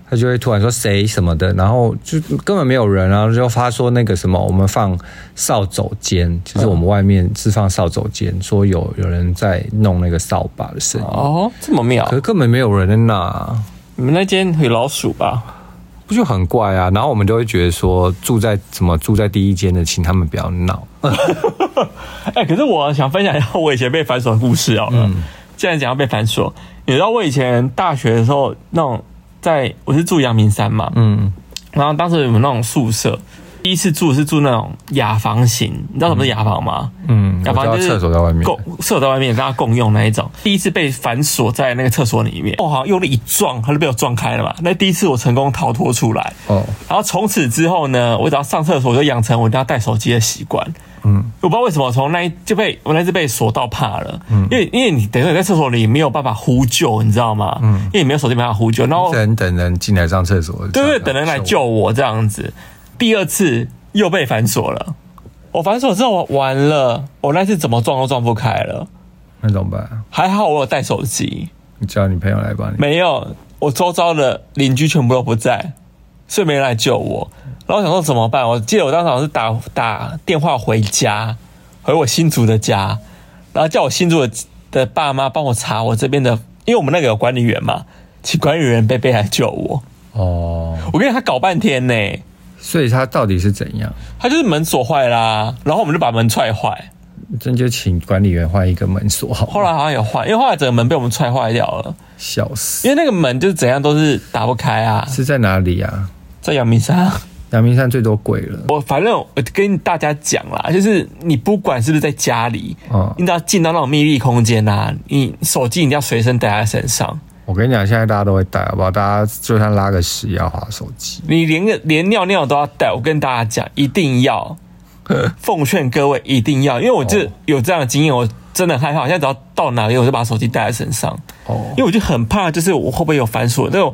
[SPEAKER 3] 她就会突然说谁什么的，然后就根本没有人，然后就发说那个什么，我们放扫帚间，
[SPEAKER 1] 嗯
[SPEAKER 3] 就是我们外面是放扫帚间，说有有人在弄那个扫把的声音，
[SPEAKER 1] 哦，这么妙
[SPEAKER 3] 可！是根本没有人在那啊、
[SPEAKER 1] 你们那间有老鼠吧？
[SPEAKER 3] 不就很怪啊？然后我们就会觉得说，住在怎么住在第一间的，请他们不要闹。
[SPEAKER 1] 哎、可是我想分享一下我以前被反锁的故事哦。嗯，既然讲到被反锁，你知道我以前大学的时候那种在，我是住阳明山嘛，
[SPEAKER 3] 嗯，
[SPEAKER 1] 然后当时有那种宿舍，第一次住是住那种雅房型，你知道什么是雅房吗？
[SPEAKER 3] 嗯，
[SPEAKER 1] 雅
[SPEAKER 3] 我知
[SPEAKER 1] 房
[SPEAKER 3] 道
[SPEAKER 1] 就是
[SPEAKER 3] 厕所在外面，
[SPEAKER 1] 共厕所在外面，大家共用那一种。第一次被反锁在那个厕所里面，哦，好像用力一撞，他就被我撞开了嘛。那第一次我成功逃脱出来，
[SPEAKER 3] 哦，
[SPEAKER 1] 然后从此之后呢，我只要上厕所我就养成我一定要带手机的习惯。
[SPEAKER 3] 嗯，
[SPEAKER 1] 我不知道为什么从那一就被我那次被锁到怕了，嗯，因为因为你等于你在厕所里没有办法呼救，你知道吗？嗯，因为你没有手机没办法呼救，然后
[SPEAKER 3] 等等人进来上厕所，
[SPEAKER 1] 哦对对，等人来救我这样子。第二次又被反锁了，我反锁之后我完了，我那次怎么撞都撞不开了。
[SPEAKER 3] 那怎么办？
[SPEAKER 1] 还好我有带手机，
[SPEAKER 3] 你叫你朋友来帮你。
[SPEAKER 1] 没有，我周遭的邻居全部都不在，所以没人来救我。然后我想说怎么办？我记得我当时好像是打打电话回家，回我新竹的家，然后叫我新竹的的爸妈帮我查我这边的，因为我们那个有管理员嘛，请管理员贝贝来救我。
[SPEAKER 3] 哦，
[SPEAKER 1] 我跟你讲，他搞半天呢、
[SPEAKER 3] 所以他到底是怎样？
[SPEAKER 1] 他就是门锁坏啦，然后我们就把门踹坏。
[SPEAKER 3] 真就请管理员换一个门锁好了。
[SPEAKER 1] 后来好像有换，因为后来整个门被我们踹坏掉了，
[SPEAKER 3] 笑死
[SPEAKER 1] 因，为那个门就是怎样都是打不开啊，
[SPEAKER 3] 是在哪里啊？
[SPEAKER 1] 在阳明山。啊
[SPEAKER 3] 阳明山最多鬼了。
[SPEAKER 1] 我反正我跟大家讲啦，就是你不管是不是在家里，
[SPEAKER 3] 嗯
[SPEAKER 1] 你只要进到那种密闭空间啊，你手机一定要随身带在身上，
[SPEAKER 3] 我跟你讲，现在大家都会带，好不好？大家就算拉个屎也要划手机。
[SPEAKER 1] 你连个连尿尿都要带。我跟大家讲，一定 要，奉劝各位一定要，因为我这
[SPEAKER 3] 哦
[SPEAKER 1] 有这样的经验，我真的很害怕。我现在只要到哪里，我就把手机带在身上。
[SPEAKER 3] 哦
[SPEAKER 1] 因，为我就很怕，就是我会不会有反锁那种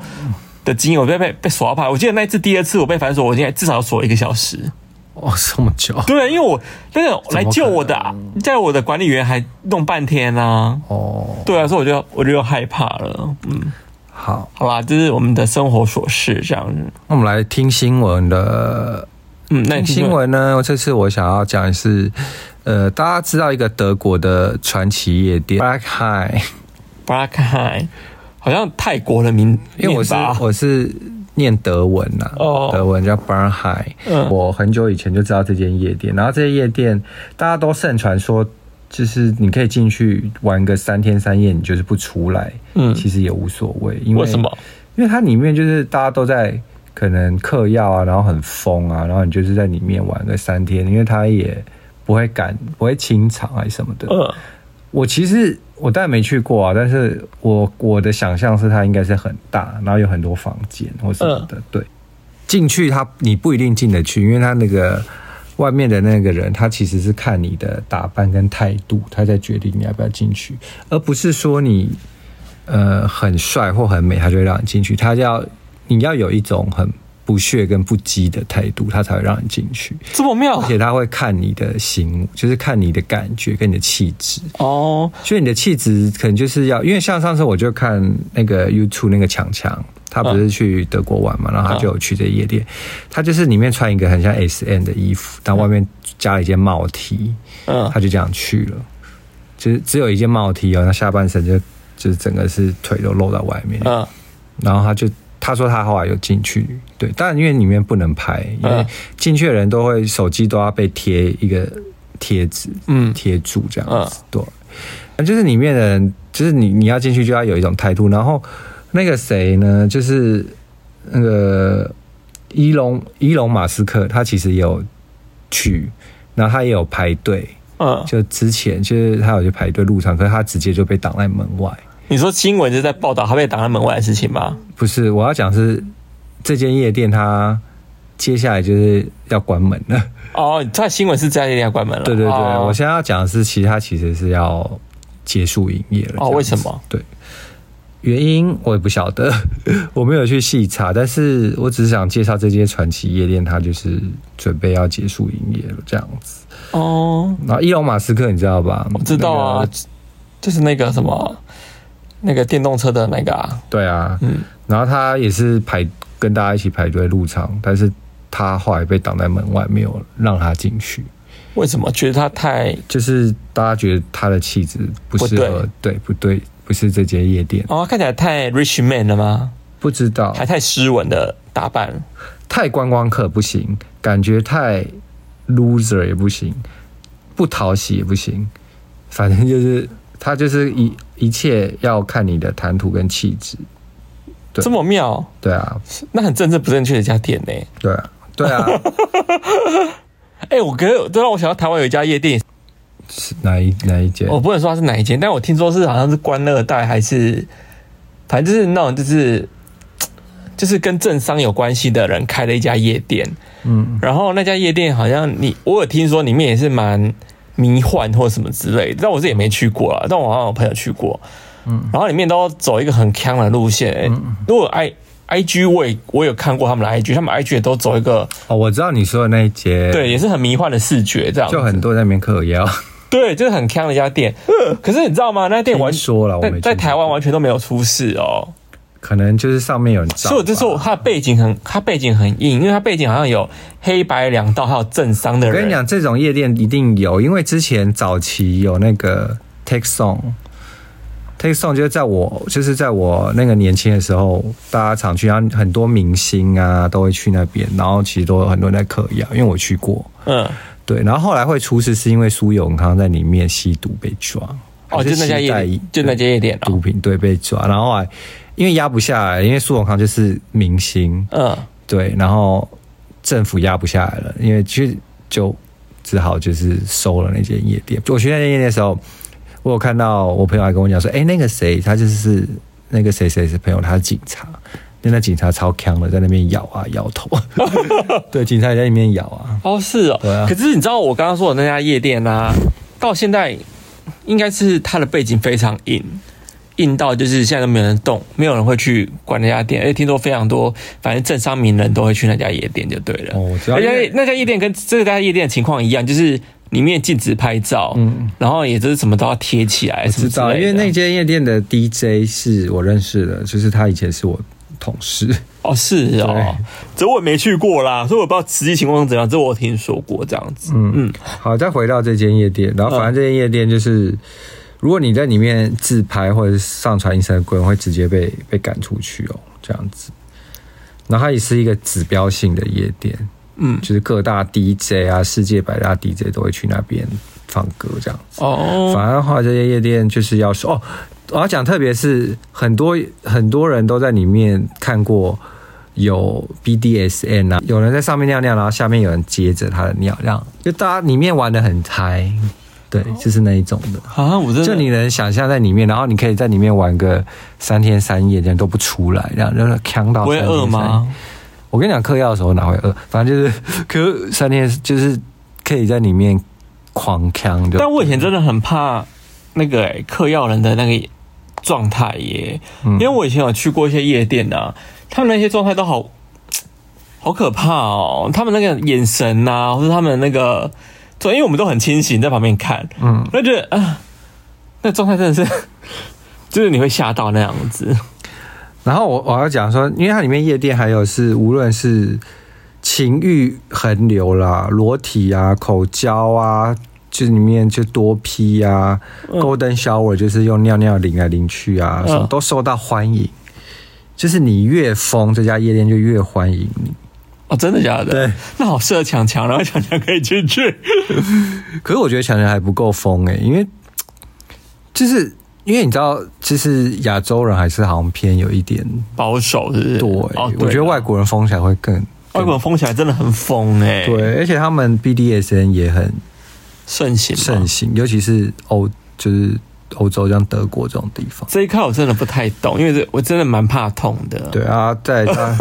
[SPEAKER 1] 的经验，我被被被锁到怕。我记得那一次第二次我被反锁，我应该至少要锁一个小时。
[SPEAKER 3] 哦，这么久。
[SPEAKER 1] 对，啊因为我那个
[SPEAKER 3] 能
[SPEAKER 1] 来救我的啊，在我的管理员还弄半天啊。
[SPEAKER 3] 哦，
[SPEAKER 1] 对啊，所以我就我就又害怕了。嗯，
[SPEAKER 3] 好，
[SPEAKER 1] 好啦，这是我们的生活琐事这样子。
[SPEAKER 3] 那我们来听新闻的
[SPEAKER 1] 嗯，那你听
[SPEAKER 3] 新
[SPEAKER 1] 说
[SPEAKER 3] 闻呢？这次我想要讲的是，呃，大家知道一个德国的传奇夜店 Black High，
[SPEAKER 1] Black Eye 好像泰国的名，
[SPEAKER 3] 因为我是
[SPEAKER 1] 念吧
[SPEAKER 3] 我是念德文呐、
[SPEAKER 1] 哦
[SPEAKER 3] 德文叫 Black High，、
[SPEAKER 1] 嗯
[SPEAKER 3] 我很久以前就知道这间夜店，然后这些夜店大家都盛传说。就是你可以进去玩个三天三夜，你就是不出来，
[SPEAKER 1] 嗯
[SPEAKER 3] 其实也无所谓，因为
[SPEAKER 1] 为什么？
[SPEAKER 3] 因为它里面就是大家都在可能嗑药啊，然后很疯啊，然后你就是在里面玩个三天，因为他也不会赶，不会清场还是什么的。
[SPEAKER 1] 嗯，
[SPEAKER 3] 我其实我当然没去过啊，但是我我的想象是它应该是很大，然后有很多房间或什么的。对，进去它你不一定进得去，因为它那个外面的那个人，他其实是看你的打扮跟态度，他在决定你要不要进去，而不是说你呃很帅或很美，他就会让你进去。他要你要有一种很不屑跟不羁的态度，他才会让你进去。
[SPEAKER 1] 这么妙
[SPEAKER 3] 而且他会看你的行，就是看你的感觉跟你的气质。
[SPEAKER 1] 哦，
[SPEAKER 3] 所以你的气质可能就是要，因为像上次我就看那个 YouTube 那个强强，他不是去德国玩嘛，
[SPEAKER 1] 嗯
[SPEAKER 3] 然后他就有去这夜店，他就是里面穿一个很像 S M 的衣服，但外面加了一件帽 T，
[SPEAKER 1] 嗯
[SPEAKER 3] 他就这样去了，就是只有一件帽 T 哦，那下半身就就是整个是腿都露在外面，
[SPEAKER 1] 嗯
[SPEAKER 3] 然后他就他说他后来有进去，对，但因为里面不能拍，因为
[SPEAKER 1] 嗯
[SPEAKER 3] 进去的人都会手机都要被贴一个贴纸，
[SPEAKER 1] 嗯
[SPEAKER 3] 贴住这样子
[SPEAKER 1] 嗯，
[SPEAKER 3] 对。那就是里面的人，就是你你要进去就要有一种态度，然后那个谁呢，就是那个伊隆伊隆马斯克，他其实也有去，然后他也有排队。
[SPEAKER 1] 嗯，
[SPEAKER 3] 就之前就是他有去排队入场，可是他直接就被挡在门外。
[SPEAKER 1] 你说新闻就是在报道他被挡在门外的事情吗？
[SPEAKER 3] 不是，我要讲是这间夜店，它接下来就是要关门 了。
[SPEAKER 1] 哦，他的新闻是这样一定要关门了。
[SPEAKER 3] 对对对，
[SPEAKER 1] 哦
[SPEAKER 3] 我现在要讲的是，其实它其实是要结束营业了。
[SPEAKER 1] 哦
[SPEAKER 3] 这样子
[SPEAKER 1] 为什么？
[SPEAKER 3] 对，原因我也不晓得， 我没有去细查，但是我只是想介绍这间传奇夜店，它就是准备要结束营业了这样子。
[SPEAKER 1] 哦，
[SPEAKER 3] 然后伊隆马斯克你知道吧？
[SPEAKER 1] 知道
[SPEAKER 3] 那
[SPEAKER 1] 啊
[SPEAKER 3] 个，
[SPEAKER 1] 就是那个什么，那个电动车的那个啊，
[SPEAKER 3] 对啊，
[SPEAKER 1] 嗯
[SPEAKER 3] 然后他也是排跟大家一起排队入场，但是他后来被挡在门外，没有让他进去。
[SPEAKER 1] 为什么觉得他太
[SPEAKER 3] 就是大家觉得他的气质不适合，对不对？不是这间夜店，
[SPEAKER 1] 哦看起来太 rich man 了吗？
[SPEAKER 3] 不知道
[SPEAKER 1] 还太斯文的打扮，
[SPEAKER 3] 太观光客不行，感觉太 loser 也不行，不讨喜也不行，反正就是他就是一一切要看你的谈吐跟气质，对
[SPEAKER 1] 这么妙，
[SPEAKER 3] 对啊，
[SPEAKER 1] 那很政治不正确的一家店呢、
[SPEAKER 3] 对啊，对啊，
[SPEAKER 1] 哎、我觉得这让我想到台湾有一家夜店，
[SPEAKER 3] 是哪一哪一间？
[SPEAKER 1] 我不能说它是哪一间，但我听说是好像是官二代还是，反正就是那种就是就是跟政商有关系的人开了一家夜店，
[SPEAKER 3] 嗯，
[SPEAKER 1] 然后那家夜店好像你我有听说里面也是蛮迷幻或什么之类的，但我自己也没去过啊啦，但我好像有朋友去过，嗯，然后里面都走一个很强的路线、欸
[SPEAKER 3] 嗯
[SPEAKER 1] 如果 I I G 我也我有看过他们的 I G，他们 I G 也都走一个
[SPEAKER 3] 哦，我知道你说的那一间，
[SPEAKER 1] 对，，也是很迷幻的视觉这样子，
[SPEAKER 3] 就很多人在那边嗑药，
[SPEAKER 1] 对，就是很强的一家 店。可是你知道吗？那家店完
[SPEAKER 3] 听 说了我没
[SPEAKER 1] 在
[SPEAKER 3] 去
[SPEAKER 1] 在台湾
[SPEAKER 3] 过
[SPEAKER 1] 完全都没有出事哦。
[SPEAKER 3] 可能就是上面有人找吧，
[SPEAKER 1] 所以我就说它的背景很，它背景很硬，因为它背景好像有黑白两道，还有政商的
[SPEAKER 3] 我跟你
[SPEAKER 1] 人。
[SPEAKER 3] 讲，这种夜店一定有，因为之前早期有那个 Take Song，Take Song 就是在我就是在我那个年轻的时候，大家常去，然后很多明星啊都会去那边，然后其实都有很多人在嗑药，因为我去过。
[SPEAKER 1] 嗯，
[SPEAKER 3] 对，然后后来会出事是因为苏永康在里面吸毒被抓，
[SPEAKER 1] 哦，就那家夜
[SPEAKER 3] 还是吸
[SPEAKER 1] 店
[SPEAKER 3] 带，
[SPEAKER 1] 就那家夜店
[SPEAKER 3] 毒
[SPEAKER 1] 哦。
[SPEAKER 3] 品对被抓，然后后来因为压不下来，因为苏永康就是明星，
[SPEAKER 1] 嗯，
[SPEAKER 3] 对，然后政府压不下来了，因为其实就只好就是收了那间夜店。我去那间夜店的时候，我有看到我朋友还跟我讲说，哎、那个谁，他就是那个谁谁谁朋友，他是警察，那那警察超强的，在那边摇啊摇 头，对，警察也在里面摇啊，
[SPEAKER 1] 哦是哦。
[SPEAKER 3] 对啊
[SPEAKER 1] 可是你知道我刚刚说的那家夜店啊，到现在应该是它的背景非常硬。硬到就是现在都没有人动，没有人会去管那家店，而且听说非常多，反正政商名人都会去那家夜店就对了。
[SPEAKER 3] 哦，我知道，
[SPEAKER 1] 而
[SPEAKER 3] 因
[SPEAKER 1] 且
[SPEAKER 3] 为
[SPEAKER 1] 那家夜店跟这家夜店的情况一样，就是里面禁止拍照，
[SPEAKER 3] 嗯
[SPEAKER 1] 然后也就是什么都要贴起来，什
[SPEAKER 3] 知
[SPEAKER 1] 么之
[SPEAKER 3] 道，
[SPEAKER 1] 类
[SPEAKER 3] 因
[SPEAKER 1] 的
[SPEAKER 3] 为那间夜店的 DJ 是我认识的，就是他以前是我同事。
[SPEAKER 1] 哦是哦
[SPEAKER 3] 对，
[SPEAKER 1] 这我也没去过啦，所以我不知道实际情况是怎样，这我有听说过这样子，嗯嗯
[SPEAKER 3] 好，再回到这间夜店，然后反正这间夜店就是，如果你在里面自拍或者是上传 Instagram，会直接被被赶出去哦，这样子。然后它也是一个指标性的夜店，
[SPEAKER 1] 嗯
[SPEAKER 3] 就是各大 DJ 啊，世界百大 DJ 都会去那边放歌这样子。
[SPEAKER 1] 哦
[SPEAKER 3] 反而的话，这些夜店就是要说哦，我要讲，特别是很多很多人都在里面看过有 BDSN 啊，有人在上面尿尿，然后下面有人接着他的尿，这样就大家里面玩的很嗨，对，就是那一种的。
[SPEAKER 1] 啊，我哦真的
[SPEAKER 3] 就你能想象在里面，然后你可以在里面玩个三天三夜，这样都不出来，这样就是扛到
[SPEAKER 1] 不
[SPEAKER 3] 三
[SPEAKER 1] 会
[SPEAKER 3] 天
[SPEAKER 1] 饿
[SPEAKER 3] 三夜
[SPEAKER 1] 吗？
[SPEAKER 3] 我跟你讲，嗑药的时候哪会饿，反正就是嗑三天，就是可以在里面狂扛就。
[SPEAKER 1] 但我以前真的很怕那个、欸、嗑药人的那个状态耶，
[SPEAKER 3] 嗯
[SPEAKER 1] 因为我以前有去过一些夜店啊，他们那些状态都好好可怕哦，他们那个眼神呐、或者他们那个，因为我们都很清醒在旁边看，
[SPEAKER 3] 嗯，
[SPEAKER 1] 那觉得 啊，那状态真的是，就是你会吓到那样子。
[SPEAKER 3] 然后我我要讲说，因为它里面夜店还有是无论是情欲横流啦、裸体啊、口交啊，就里面就多批啊、golden shower 就是用尿尿淋来淋去啊，
[SPEAKER 1] 嗯
[SPEAKER 3] 什么都受到欢迎。就是你越疯，这家夜店就越欢迎你。
[SPEAKER 1] 哦，真的假的？
[SPEAKER 3] 对，
[SPEAKER 1] 那好适合强强，然后强强可以进去。
[SPEAKER 3] 可是我觉得强强还不够疯诶，因为就是因为你知道，就是亚洲人还是好像偏有一点
[SPEAKER 1] 保守是不是？
[SPEAKER 3] 对，
[SPEAKER 1] 哦，
[SPEAKER 3] 我觉得
[SPEAKER 1] 啦
[SPEAKER 3] 外国人疯起来会更
[SPEAKER 1] 外国人疯起来真的很疯哎、，
[SPEAKER 3] 对，而且他们 BDSN 也很
[SPEAKER 1] 盛行嘛
[SPEAKER 3] 盛行，尤其是欧就是欧洲像德国这种地方。
[SPEAKER 1] 这一块我真的不太懂，因为这我真的蛮怕痛的。
[SPEAKER 3] 对啊，在 他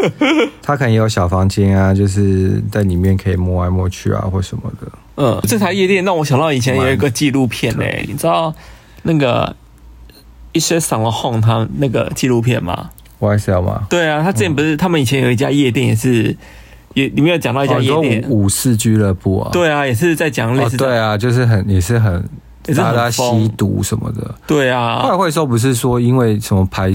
[SPEAKER 3] 他可能也有小房间啊，就是在里面可以摸来摸去啊，或什么的。
[SPEAKER 1] 嗯，这台夜店让我想到以前有一个纪录片哎、你知道那个一些散了 home 他那个纪录片吗？
[SPEAKER 3] YSL 吗？
[SPEAKER 1] 对啊，他之前不
[SPEAKER 3] 嗯
[SPEAKER 1] 是、他们以前有一家夜店也是，也里面有讲到一家
[SPEAKER 3] 哦，你
[SPEAKER 1] 夜
[SPEAKER 3] 说
[SPEAKER 1] 店，
[SPEAKER 3] 五五四俱乐部啊？
[SPEAKER 1] 对啊，也是在讲类
[SPEAKER 3] 哦，
[SPEAKER 1] 似的、
[SPEAKER 3] 对啊，就是很也是很
[SPEAKER 1] 也是很
[SPEAKER 3] 大家
[SPEAKER 1] 疯
[SPEAKER 3] 吸毒什么的。
[SPEAKER 1] 对
[SPEAKER 3] 后来
[SPEAKER 1] 啊，
[SPEAKER 3] 会说不是说因为什么排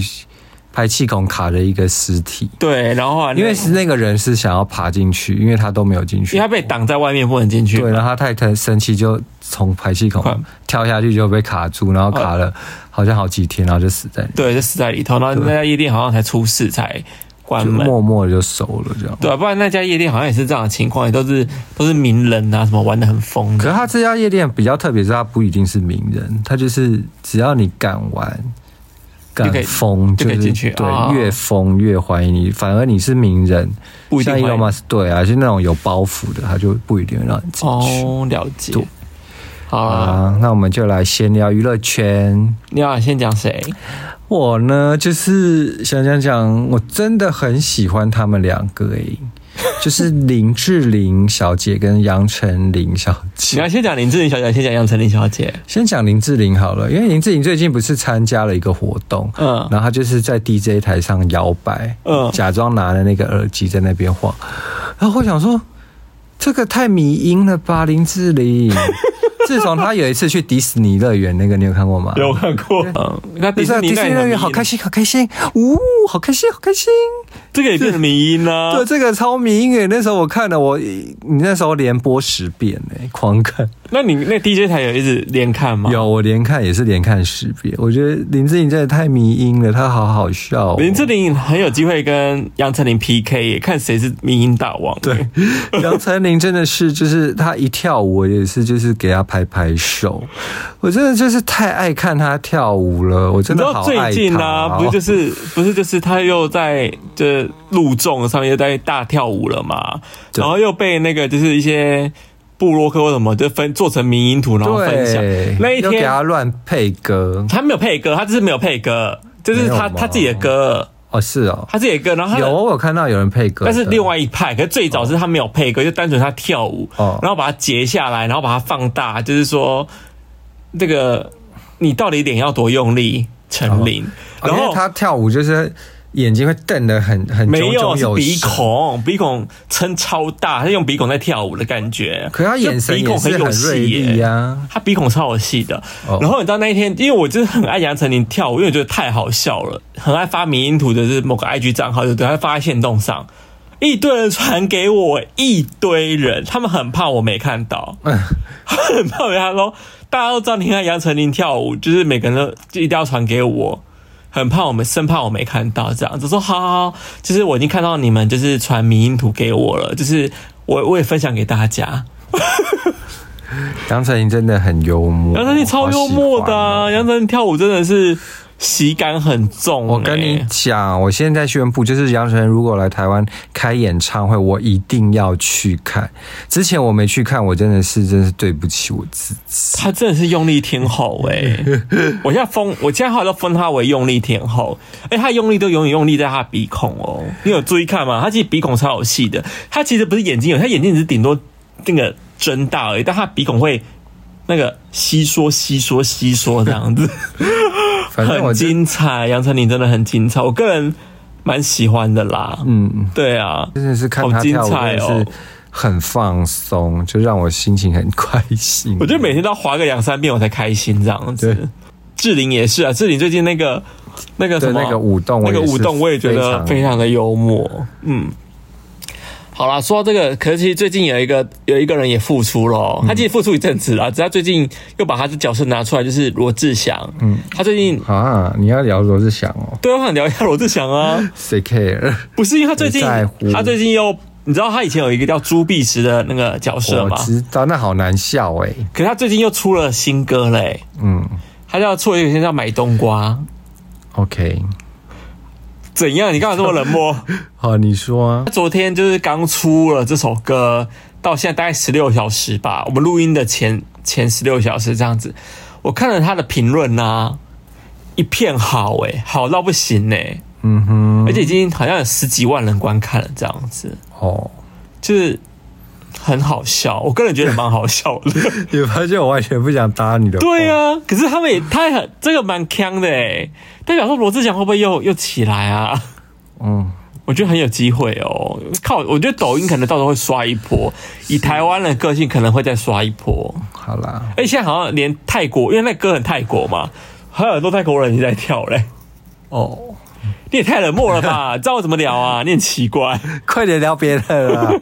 [SPEAKER 3] 排气孔卡了一个尸体，
[SPEAKER 1] 对，然后后来那
[SPEAKER 3] 因为是那个人是想要爬进去，因为他都没有进去，
[SPEAKER 1] 因为他被挡在外面不能进去，
[SPEAKER 3] 对，然后他太太生气，就从排气孔
[SPEAKER 1] 快哦
[SPEAKER 3] 跳下去就被卡住，然后卡了好像好几天，然后就死在里面，
[SPEAKER 1] 对，就死在里头。然后那家夜店好像才出事才关
[SPEAKER 3] 就
[SPEAKER 1] 门，
[SPEAKER 3] 默默的就熟了这样。
[SPEAKER 1] 对啊，不然那家夜店好像也是这样的情况，也都是都是名人啊，什么玩的很疯
[SPEAKER 3] 可
[SPEAKER 1] 的。
[SPEAKER 3] 是他这家夜店比较特别，是他不一定是名人，他就是只要你敢玩。敢
[SPEAKER 1] 可以
[SPEAKER 3] 疯
[SPEAKER 1] 就可以
[SPEAKER 3] 是
[SPEAKER 1] 进去哦
[SPEAKER 3] 对，越疯越欢迎你。反而你是名人，
[SPEAKER 1] 不一定
[SPEAKER 3] 像
[SPEAKER 1] 欢
[SPEAKER 3] Elon
[SPEAKER 1] 迎
[SPEAKER 3] Musk 对啊，就那种有包袱的，他就不一定会让你进去。
[SPEAKER 1] 哦，了解
[SPEAKER 3] 对。
[SPEAKER 1] 好啊，
[SPEAKER 3] 啊，那我们就来闲聊娱乐圈。
[SPEAKER 1] 你要先讲谁？
[SPEAKER 3] 我呢，就是想讲讲，我真的很喜欢他们两个诶，就是林志玲小姐跟杨丞琳小
[SPEAKER 1] 你要
[SPEAKER 3] 姐。
[SPEAKER 1] 先讲林志玲小姐，还是先讲杨丞琳小姐。
[SPEAKER 3] 先讲林志玲好了，因为林志玲最近不是参加了一个活动，
[SPEAKER 1] 嗯
[SPEAKER 3] 然后她就是在 DJ 台上摇摆，
[SPEAKER 1] 嗯
[SPEAKER 3] 假装拿了那个耳机在那边晃，然后我想说，这个太迷音了吧，林志玲。自从她有一次去迪士尼乐园，那个你有看过吗？
[SPEAKER 1] 看过。嗯，那迪
[SPEAKER 3] 不是
[SPEAKER 1] 士
[SPEAKER 3] 啊
[SPEAKER 1] 尼
[SPEAKER 3] 迪士尼乐园好开
[SPEAKER 1] 心，
[SPEAKER 3] 心，好开心，呜、好开心，好开心。
[SPEAKER 1] 这个也变成迷啊音啦。
[SPEAKER 3] 对，这个超迷音乐，那时候我看了我，你那时候连播十遍哎、狂看。
[SPEAKER 1] 那你那 DJ 台有一直连看吗？。
[SPEAKER 3] 有我连看也是连看十遍，我觉得林志颖真的太迷音了，他好好笑、哦。
[SPEAKER 1] 林志玲很有机会跟杨丞琳 PK，耶看谁是迷音大王。对，
[SPEAKER 3] 杨丞琳真的是，就是她一跳舞，我也是就是给她拍拍手，我真的就是太爱看她跳舞了，我真
[SPEAKER 1] 你知
[SPEAKER 3] 的
[SPEAKER 1] 道
[SPEAKER 3] 好
[SPEAKER 1] 最
[SPEAKER 3] 爱
[SPEAKER 1] 近
[SPEAKER 3] 她
[SPEAKER 1] 啊，
[SPEAKER 3] 哦。
[SPEAKER 1] 不是就是 不是就是他又在就是录众上面又在大跳舞了嘛，
[SPEAKER 3] 对
[SPEAKER 1] 然后又被那个就是一些部落客或什么就分做成迷音图，然后分享
[SPEAKER 3] 对，
[SPEAKER 1] 那一
[SPEAKER 3] 又给
[SPEAKER 1] 天
[SPEAKER 3] 她乱配歌
[SPEAKER 1] 他没有配歌，他就是没有配歌，就是
[SPEAKER 3] 没有
[SPEAKER 1] 他
[SPEAKER 3] 吗
[SPEAKER 1] 他自己的歌，
[SPEAKER 3] 哦，是哦，
[SPEAKER 1] 他自己的歌，然后他
[SPEAKER 3] 有我有看到有人配歌的，
[SPEAKER 1] 但是另外一派，可是最早是他没有配歌，就单纯他跳舞，
[SPEAKER 3] 哦
[SPEAKER 1] 然后把它截下来，然后把它放大，就是说这个你到底脸要多用力，陈琳，
[SPEAKER 3] 哦
[SPEAKER 1] 然
[SPEAKER 3] 因
[SPEAKER 1] 后
[SPEAKER 3] 为他跳舞就是眼睛会瞪得很很
[SPEAKER 1] 没
[SPEAKER 3] 炯
[SPEAKER 1] 有
[SPEAKER 3] 炯
[SPEAKER 1] 是
[SPEAKER 3] 有
[SPEAKER 1] 鼻
[SPEAKER 3] 神，
[SPEAKER 1] 孔，鼻孔撑超大，他用鼻孔在跳舞的感觉，
[SPEAKER 3] 可是他眼神
[SPEAKER 1] 就鼻
[SPEAKER 3] 也
[SPEAKER 1] 孔
[SPEAKER 3] 是
[SPEAKER 1] 有
[SPEAKER 3] 很锐
[SPEAKER 1] 戏
[SPEAKER 3] 利啊
[SPEAKER 1] 耶。
[SPEAKER 3] 呀、
[SPEAKER 1] 他鼻孔超有戏的，
[SPEAKER 3] 哦
[SPEAKER 1] 然后你知道那一天，因为我就是很爱杨丞琳跳舞，因为我觉得太好笑了，很爱发迷音图的是某个 IG 账号，就对，他发在线动上，一堆人传给我，一堆人，他们很怕我没看到，
[SPEAKER 3] 嗯
[SPEAKER 1] 他们很怕我没看到，大家都知道你看杨丞琳跳舞，就是每个人都就一定要传给我，很怕我们，生怕我没看到这样子，说好好，好就是我已经看到你们就是传迷音图给我了，就是我我也分享给大家。
[SPEAKER 3] 杨丞琳真的很幽默，
[SPEAKER 1] 杨丞琳超幽默的、
[SPEAKER 3] 好
[SPEAKER 1] 啊，
[SPEAKER 3] 喜欢哦
[SPEAKER 1] 杨丞琳跳舞真的是喜感很重、
[SPEAKER 3] 我跟你
[SPEAKER 1] 欸
[SPEAKER 3] 讲，我现在宣布，就是杨丞琳如果来台湾开演唱会，我一定要去看。之前我没去看，我真的是真是对不起我自己。
[SPEAKER 1] 她真的是用力天后哎、我现在封，我现在好像封她为用力天后，哎、她用力都永远用力在她鼻孔哦，你有注意看吗？她其实鼻孔超有戏的，她其实不是眼睛有，她眼睛只是顶多那个睁大而已，但她鼻孔会那个吸缩、吸缩、吸缩这样子。
[SPEAKER 3] 反正我
[SPEAKER 1] 很
[SPEAKER 3] 就
[SPEAKER 1] 精彩，杨丞琳真的很精彩，我个人蛮喜欢的啦。嗯，对啊，
[SPEAKER 3] 真的是看
[SPEAKER 1] 好
[SPEAKER 3] 她
[SPEAKER 1] 精
[SPEAKER 3] 跳舞，
[SPEAKER 1] 彩
[SPEAKER 3] 真的
[SPEAKER 1] 哦
[SPEAKER 3] 是很放松，就让我心情很开心。
[SPEAKER 1] 我觉得每天都要划个两三遍我才开心这样子
[SPEAKER 3] 对。
[SPEAKER 1] 志玲也是啊，志玲最近那个那个什
[SPEAKER 3] 对
[SPEAKER 1] 么
[SPEAKER 3] 那个舞动我
[SPEAKER 1] 那
[SPEAKER 3] 也是
[SPEAKER 1] 个舞动我也觉得非
[SPEAKER 3] 非常
[SPEAKER 1] 常的幽默。嗯，好啦，说到这个，可是其实最近有一个有一个人也复出了
[SPEAKER 3] 嗯
[SPEAKER 1] 哦，他其实复出一阵子啦，只是他最近又把他的角色拿出来，就是罗志祥。嗯，他最近
[SPEAKER 3] 啊，你要聊罗志祥哦，
[SPEAKER 1] 对我想聊一下罗志祥 啊，
[SPEAKER 3] 谁 care？
[SPEAKER 1] 不是因为他最近
[SPEAKER 3] 不在乎
[SPEAKER 1] 他最近又。你知道他以前有一个叫朱碧石的那个角色
[SPEAKER 3] 我
[SPEAKER 1] 吗？
[SPEAKER 3] 知道，那好难笑哎、
[SPEAKER 1] 可是他最近又出了新歌嘞、
[SPEAKER 3] 嗯
[SPEAKER 1] 他叫出了一个先叫买冬瓜，
[SPEAKER 3] ，OK，
[SPEAKER 1] 怎样？你干嘛这么冷漠？
[SPEAKER 3] 好，你说啊
[SPEAKER 1] 他，昨天就是刚出了这首歌，到现在大概十六小时吧，我们录音的前前十六小时这样子，我看了他的评论呐，一片好诶、好到不行诶、
[SPEAKER 3] 嗯哼，
[SPEAKER 1] 而且已经好像有十几万人观看了这样子，
[SPEAKER 3] 哦，
[SPEAKER 1] 就是很好笑，我个人觉得蛮好笑的。
[SPEAKER 3] 你发现我完全不想搭你的，
[SPEAKER 1] 对、
[SPEAKER 3] 哦
[SPEAKER 1] 啊，可是他们也他也很这个蛮强的诶、代表说罗志祥会不会又又起来啊？
[SPEAKER 3] 嗯，
[SPEAKER 1] 我觉得很有机会哦。靠，我觉得抖音可能到时候会刷一波，以台湾的个性可能会再刷一波。
[SPEAKER 3] 好啦，
[SPEAKER 1] 哎，现在好像连泰国，因为那歌很泰国嘛，还有很多泰国人也在跳嘞。
[SPEAKER 3] 哦，
[SPEAKER 1] 你也太冷漠了 吧？知道我怎么聊啊？你很奇怪。
[SPEAKER 3] 快点聊别的啦，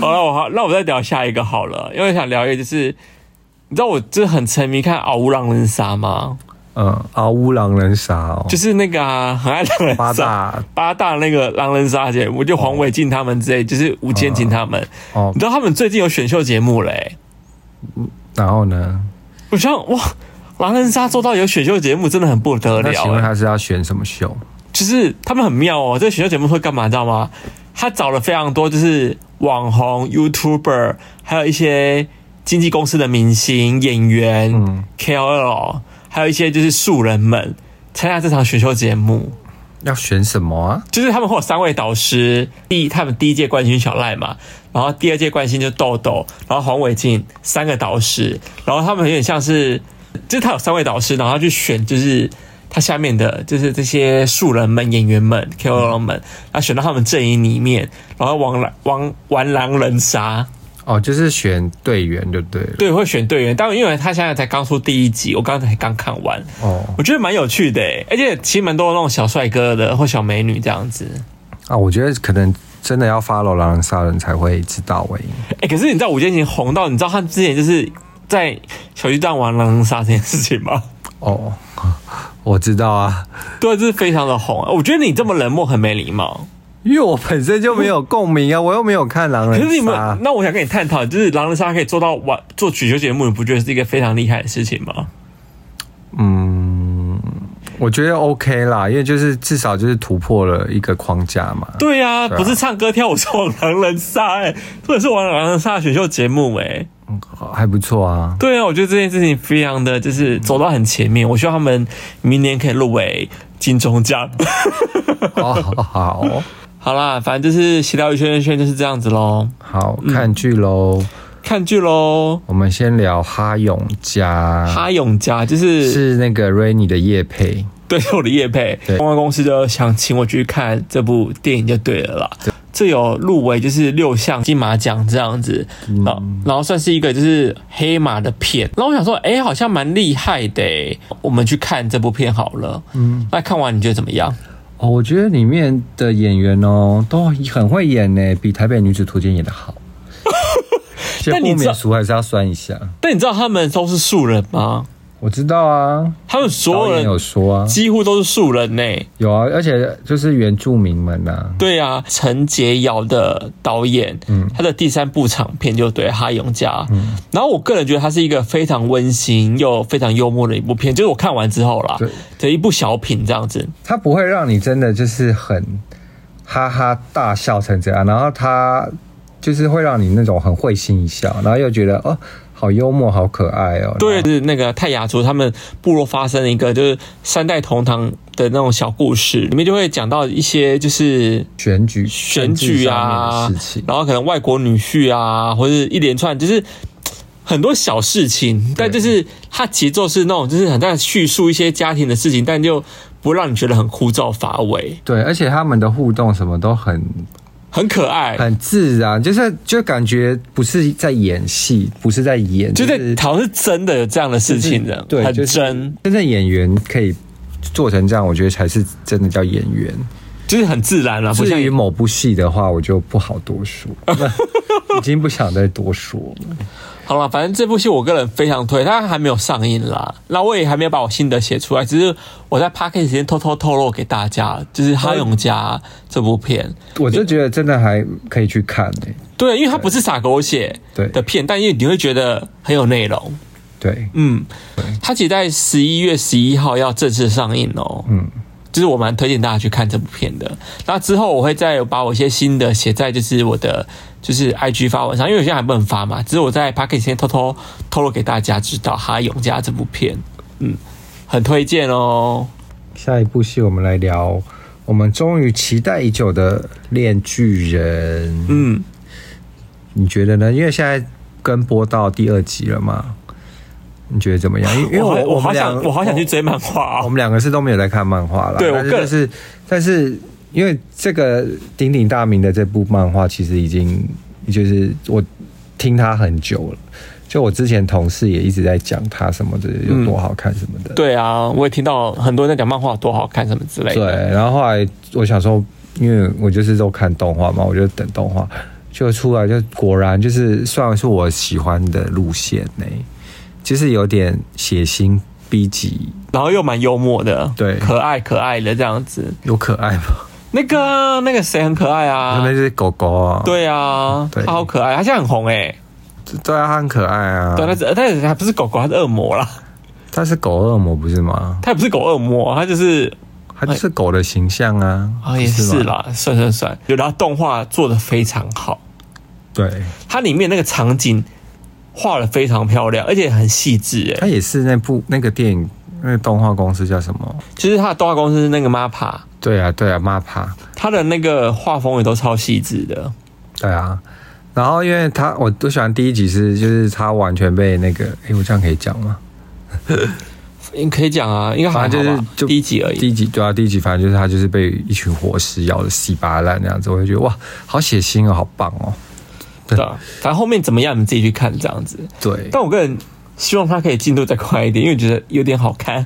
[SPEAKER 1] 好了，我好，那我再聊下一个好了，因为我想聊一个就是，你知道我真的很沉迷看《嗷呜狼人杀》吗？
[SPEAKER 3] 嗯，啊，乌狼人杀哦，
[SPEAKER 1] 就是那个啊，很爱狼人
[SPEAKER 3] 八
[SPEAKER 1] 杀。
[SPEAKER 3] 大
[SPEAKER 1] 八大那个狼人杀节目，就黄伟晋他们之类，就是吴建琴他们，
[SPEAKER 3] 哦
[SPEAKER 1] 你，知道他们最近有选秀节目嘞、
[SPEAKER 3] 然后呢？
[SPEAKER 1] 我想哇，狼人杀做到有选秀节目，真的很不得
[SPEAKER 3] 那
[SPEAKER 1] 了、
[SPEAKER 3] 请问
[SPEAKER 1] 欸
[SPEAKER 3] 他是要选什么秀？
[SPEAKER 1] 就是他们很妙哦，这个选秀节目会干嘛，你知道吗？他找了非常多就是网红、YouTuber，还有一些经纪公司的明星、演员、
[SPEAKER 3] 嗯
[SPEAKER 1] KOL，还有一些就是素人们参加这场选秀节目。
[SPEAKER 3] 要选什么啊？
[SPEAKER 1] 就是他们会有三位导师，第一他们第一届冠军小赖嘛，然后第二届冠军就豆豆，然后黄伟晋三个导师，然后他们有点像是，就是他有三位导师，然后他去选就是他下面的就是这些素人们、演员们、KOL 们，然后选到他们阵营里面，然后玩狼玩玩狼人杀，
[SPEAKER 3] 哦，就是选队员就对了。
[SPEAKER 1] 对，会选队员，当然因为他现在才刚出第一集，我刚才刚看完，
[SPEAKER 3] 哦，
[SPEAKER 1] 我觉得蛮有趣的欸，而且其实蛮多那种小帅哥的或小美女这样子。
[SPEAKER 3] 啊，我觉得可能真的要 follow 狼人杀人才会知道哎、
[SPEAKER 1] 哎、可是你知道吴建琴红到，你知道他之前就是在小巨蛋玩狼人杀这件事情吗？
[SPEAKER 3] 哦，我知道啊，
[SPEAKER 1] 对，这是非常的红。啊我觉得你这么冷漠很没礼貌。
[SPEAKER 3] 因为我本身就没有共鸣啊，我又没有看狼
[SPEAKER 1] 哦可
[SPEAKER 3] 人
[SPEAKER 1] 是你
[SPEAKER 3] 杀
[SPEAKER 1] 们，。那我想跟你探讨，就是狼人杀可以做到玩做取球节目，你不觉得是一个非常厉害的事情吗？
[SPEAKER 3] 嗯，我觉得 OK 啦，因为就是至少就是突破了一个框架嘛。
[SPEAKER 1] 对呀、
[SPEAKER 3] 啊
[SPEAKER 1] 不是唱歌跳舞是玩狼人杀，哎，或者是玩狼人杀的选秀节目、哎，
[SPEAKER 3] 嗯，好还不 错啊。
[SPEAKER 1] 对啊，我觉得这件事情非常的就是走到很前面。我希望他们明年可以入围金钟奖。
[SPEAKER 3] 哦，好好
[SPEAKER 1] 好啦，反正就是闲聊一圈圈就是这样子喽。
[SPEAKER 3] 好看剧
[SPEAKER 1] 嗯
[SPEAKER 3] 喽。
[SPEAKER 1] 看剧喽。
[SPEAKER 3] 我们先聊哈永家，
[SPEAKER 1] 哈永家嗯就是
[SPEAKER 3] 是那个 Rainy 的叶配。
[SPEAKER 1] 对我的业配，
[SPEAKER 3] 对
[SPEAKER 1] 公关公司就想请我去看这部电影就对了啦。这有入围就是六项金马奖这样子，然后然后算是一个就是黑马的片。然后我想说，哎，好像蛮厉害的诶，我们去看这部片好了。嗯，那看完你觉得怎么样？
[SPEAKER 3] 哦，我觉得里面的演员哦，都很会演呢，比台北女子图鉴演 的好。其实
[SPEAKER 1] 但你
[SPEAKER 3] 不
[SPEAKER 1] 知道
[SPEAKER 3] 免俗还是要酸一下。
[SPEAKER 1] 但你知道他们都是素人吗？
[SPEAKER 3] 我知道啊，
[SPEAKER 1] 他们所
[SPEAKER 3] 导
[SPEAKER 1] 有
[SPEAKER 3] 演有
[SPEAKER 1] 人
[SPEAKER 3] 说啊，
[SPEAKER 1] 几乎都是素人呢、
[SPEAKER 3] 有啊，而且就是原住民们呐、啊，
[SPEAKER 1] 对啊，陈洁瑶的导演，他的第三部长片就对《哈永家》然后我个人觉得它是一个非常温馨又非常幽默的一部片，就是我看完之后啦
[SPEAKER 3] 对，
[SPEAKER 1] 的一部小品这样子。
[SPEAKER 3] 他不会让你真的就是很哈哈大笑成这样，然后他就是会让你那种很会心一笑，然后又觉得哦，好幽默，好可爱哦。
[SPEAKER 1] 对，就是那个泰雅族他们部落发生了一个就是三代同堂的那种小故事，里面就会讲到一些就是
[SPEAKER 3] 选举
[SPEAKER 1] 选举啊
[SPEAKER 3] 政治上面的事情，
[SPEAKER 1] 然后可能外国女婿啊，或者一连串就是嘖很多小事情，但就是它节奏是那种就是很在叙述一些家庭的事情，但就不让你觉得很枯燥乏味，
[SPEAKER 3] 对，而且他们的互动什么都很
[SPEAKER 1] 很可爱，
[SPEAKER 3] 很自然，就是就感觉不是在演戏，不是在演，
[SPEAKER 1] 就是在好像是真的有这样的事情的，
[SPEAKER 3] 对，
[SPEAKER 1] 很
[SPEAKER 3] 就是
[SPEAKER 1] 真。
[SPEAKER 3] 真正演员可以做成这样，我觉得才是真的叫演员。
[SPEAKER 1] 就是很自然了、不像
[SPEAKER 3] 至于某部戏的话，我就不好多说，已经不想再多说了。
[SPEAKER 1] 好了，反正这部戏我个人非常推，它还没有上映啦。那我也还没有把我心得写出来，只是我在 p a r k 时间偷偷透露给大家，就是《哈永家》这部片。
[SPEAKER 3] 呃我就觉得真的还可以去看欸诶、
[SPEAKER 1] 对，因为它不是撒狗血
[SPEAKER 3] 对
[SPEAKER 1] 的片，但因为你会觉得很有内容。
[SPEAKER 3] 对，
[SPEAKER 1] 嗯，它其实在十一月十一号要正式上映哦。嗯，就是我蛮推荐大家去看这部片的。那之后我会再把我一些新的写在就是我的就是 IG 发文上，因为有些还不能发嘛。只是我在 p a c k e t 先偷偷透露给大家知道《哈永家》这部片，嗯，很推荐哦。
[SPEAKER 3] 下一部戏我们来聊我们终于期待已久的《恋巨人》。
[SPEAKER 1] 嗯，
[SPEAKER 3] 你觉得呢？因为现在跟播到第二集了嘛，你觉得怎么样？因为因为
[SPEAKER 1] 我好
[SPEAKER 3] 我
[SPEAKER 1] 我好
[SPEAKER 3] 们两
[SPEAKER 1] 想我好想去追漫画
[SPEAKER 3] 我
[SPEAKER 1] 哦。
[SPEAKER 3] 们两个是都没有在看漫画啦。
[SPEAKER 1] 对我
[SPEAKER 3] 但
[SPEAKER 1] 个
[SPEAKER 3] 是就
[SPEAKER 1] 人
[SPEAKER 3] 是，但是因为这个鼎鼎大名的这部漫画，其实已经就是我听它很久了。就我之前同事也一直在讲它什么的有多好看什么的。
[SPEAKER 1] 对啊，我也听到很多人在讲漫画多好看什么之类
[SPEAKER 3] 对
[SPEAKER 1] 的。，
[SPEAKER 3] 然后后来我想说，因为我就是都看动画嘛，我就等动画，就出来就果然就是算是我喜欢的路线呢、就是有点血腥逼急
[SPEAKER 1] 然后又蛮幽默的，
[SPEAKER 3] 对
[SPEAKER 1] 可爱可爱的这样子。
[SPEAKER 3] 又可爱嘛，
[SPEAKER 1] 那个啊那个谁很可爱
[SPEAKER 3] 那边
[SPEAKER 1] 啊，
[SPEAKER 3] 就是狗狗啊，
[SPEAKER 1] 对啊，
[SPEAKER 3] 对
[SPEAKER 1] 他好可爱，他现在很红哎、
[SPEAKER 3] 对啊，它很可爱啊，
[SPEAKER 1] 对，但是但是他不是狗狗，他是恶魔啦，
[SPEAKER 3] 它是狗恶魔不是吗？
[SPEAKER 1] 他也不是狗恶魔，他就是
[SPEAKER 3] 它就是狗的形象啊，
[SPEAKER 1] 啊也
[SPEAKER 3] 不
[SPEAKER 1] 是
[SPEAKER 3] 吗，
[SPEAKER 1] 啦，算算算，然后动画做的非常好，
[SPEAKER 3] 对，
[SPEAKER 1] 它里面那个场景画的非常漂亮，而且很细致哎
[SPEAKER 3] 它，也是那部那个电影那个动画公司叫什么？
[SPEAKER 1] 就是他的动画公司是那个 MAPA，
[SPEAKER 3] 对啊，对啊，骂趴。
[SPEAKER 1] 他的那个画风也都超细致的，
[SPEAKER 3] 对啊，然后因为他我最喜欢第一集是就是他完全被那个，诶，我这样可以讲吗？
[SPEAKER 1] 你可以讲啊，应该好
[SPEAKER 3] 反
[SPEAKER 1] 像
[SPEAKER 3] 正就是就
[SPEAKER 1] 第一集而
[SPEAKER 3] 第
[SPEAKER 1] 已，
[SPEAKER 3] 一集对啊，第一集反正就是他就是被一群活尸咬的稀巴烂那样子，我就觉得哇，好血腥哦，好棒哦。
[SPEAKER 1] 对啊，反正后面怎么样你自己去看这样子，
[SPEAKER 3] 对，
[SPEAKER 1] 但我个人希望它可以进度再快一点，因为我觉得有点好看。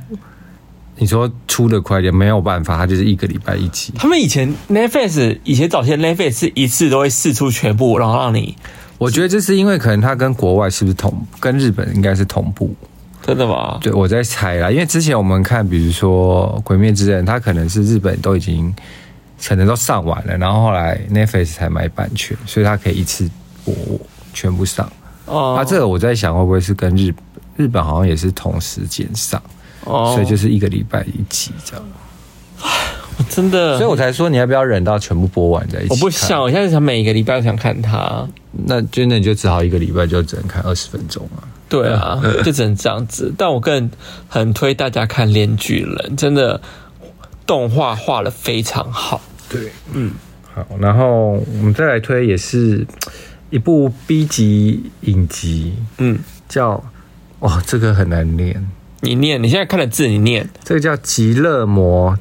[SPEAKER 3] 你说出的快一点没有办法，他就是一个礼拜一集。
[SPEAKER 1] 他们以前 Netflix 以前早期的 Netflix 是一次都会试出全部，然后让你
[SPEAKER 3] 我觉得这是因为可能他跟国外是不是同，跟日本应该是同步。
[SPEAKER 1] 真的吗？
[SPEAKER 3] 对，我在猜啦，因为之前我们看，比如说《鬼灭之刃》，它可能是日本都已经可能都上完了，然后后来 Netflix 才买版权，所以它可以一次播全部上。
[SPEAKER 1] 哦
[SPEAKER 3] 啊，这个我在想会不会是跟日日本好像也是同时间上，
[SPEAKER 1] 哦
[SPEAKER 3] 所以就是一个礼拜一集这样。
[SPEAKER 1] 真的，
[SPEAKER 3] 哦所以我才说你要不要忍到全部播完再一起？
[SPEAKER 1] 我不想，，我现在想每个礼拜都想看它。
[SPEAKER 3] 那真的你就只好一个礼拜就只能看二十分钟啊。
[SPEAKER 1] 对啊，就只能这样子。但我更很推大家看《恋巨人》，真的动画画的非常好。
[SPEAKER 3] 对，嗯，好，然后我们再来推也是一部 B 级影集，
[SPEAKER 1] 嗯，
[SPEAKER 3] 叫哇，这个很难念，
[SPEAKER 1] 你念，你现在看的字，你念。
[SPEAKER 3] 这个叫《极乐魔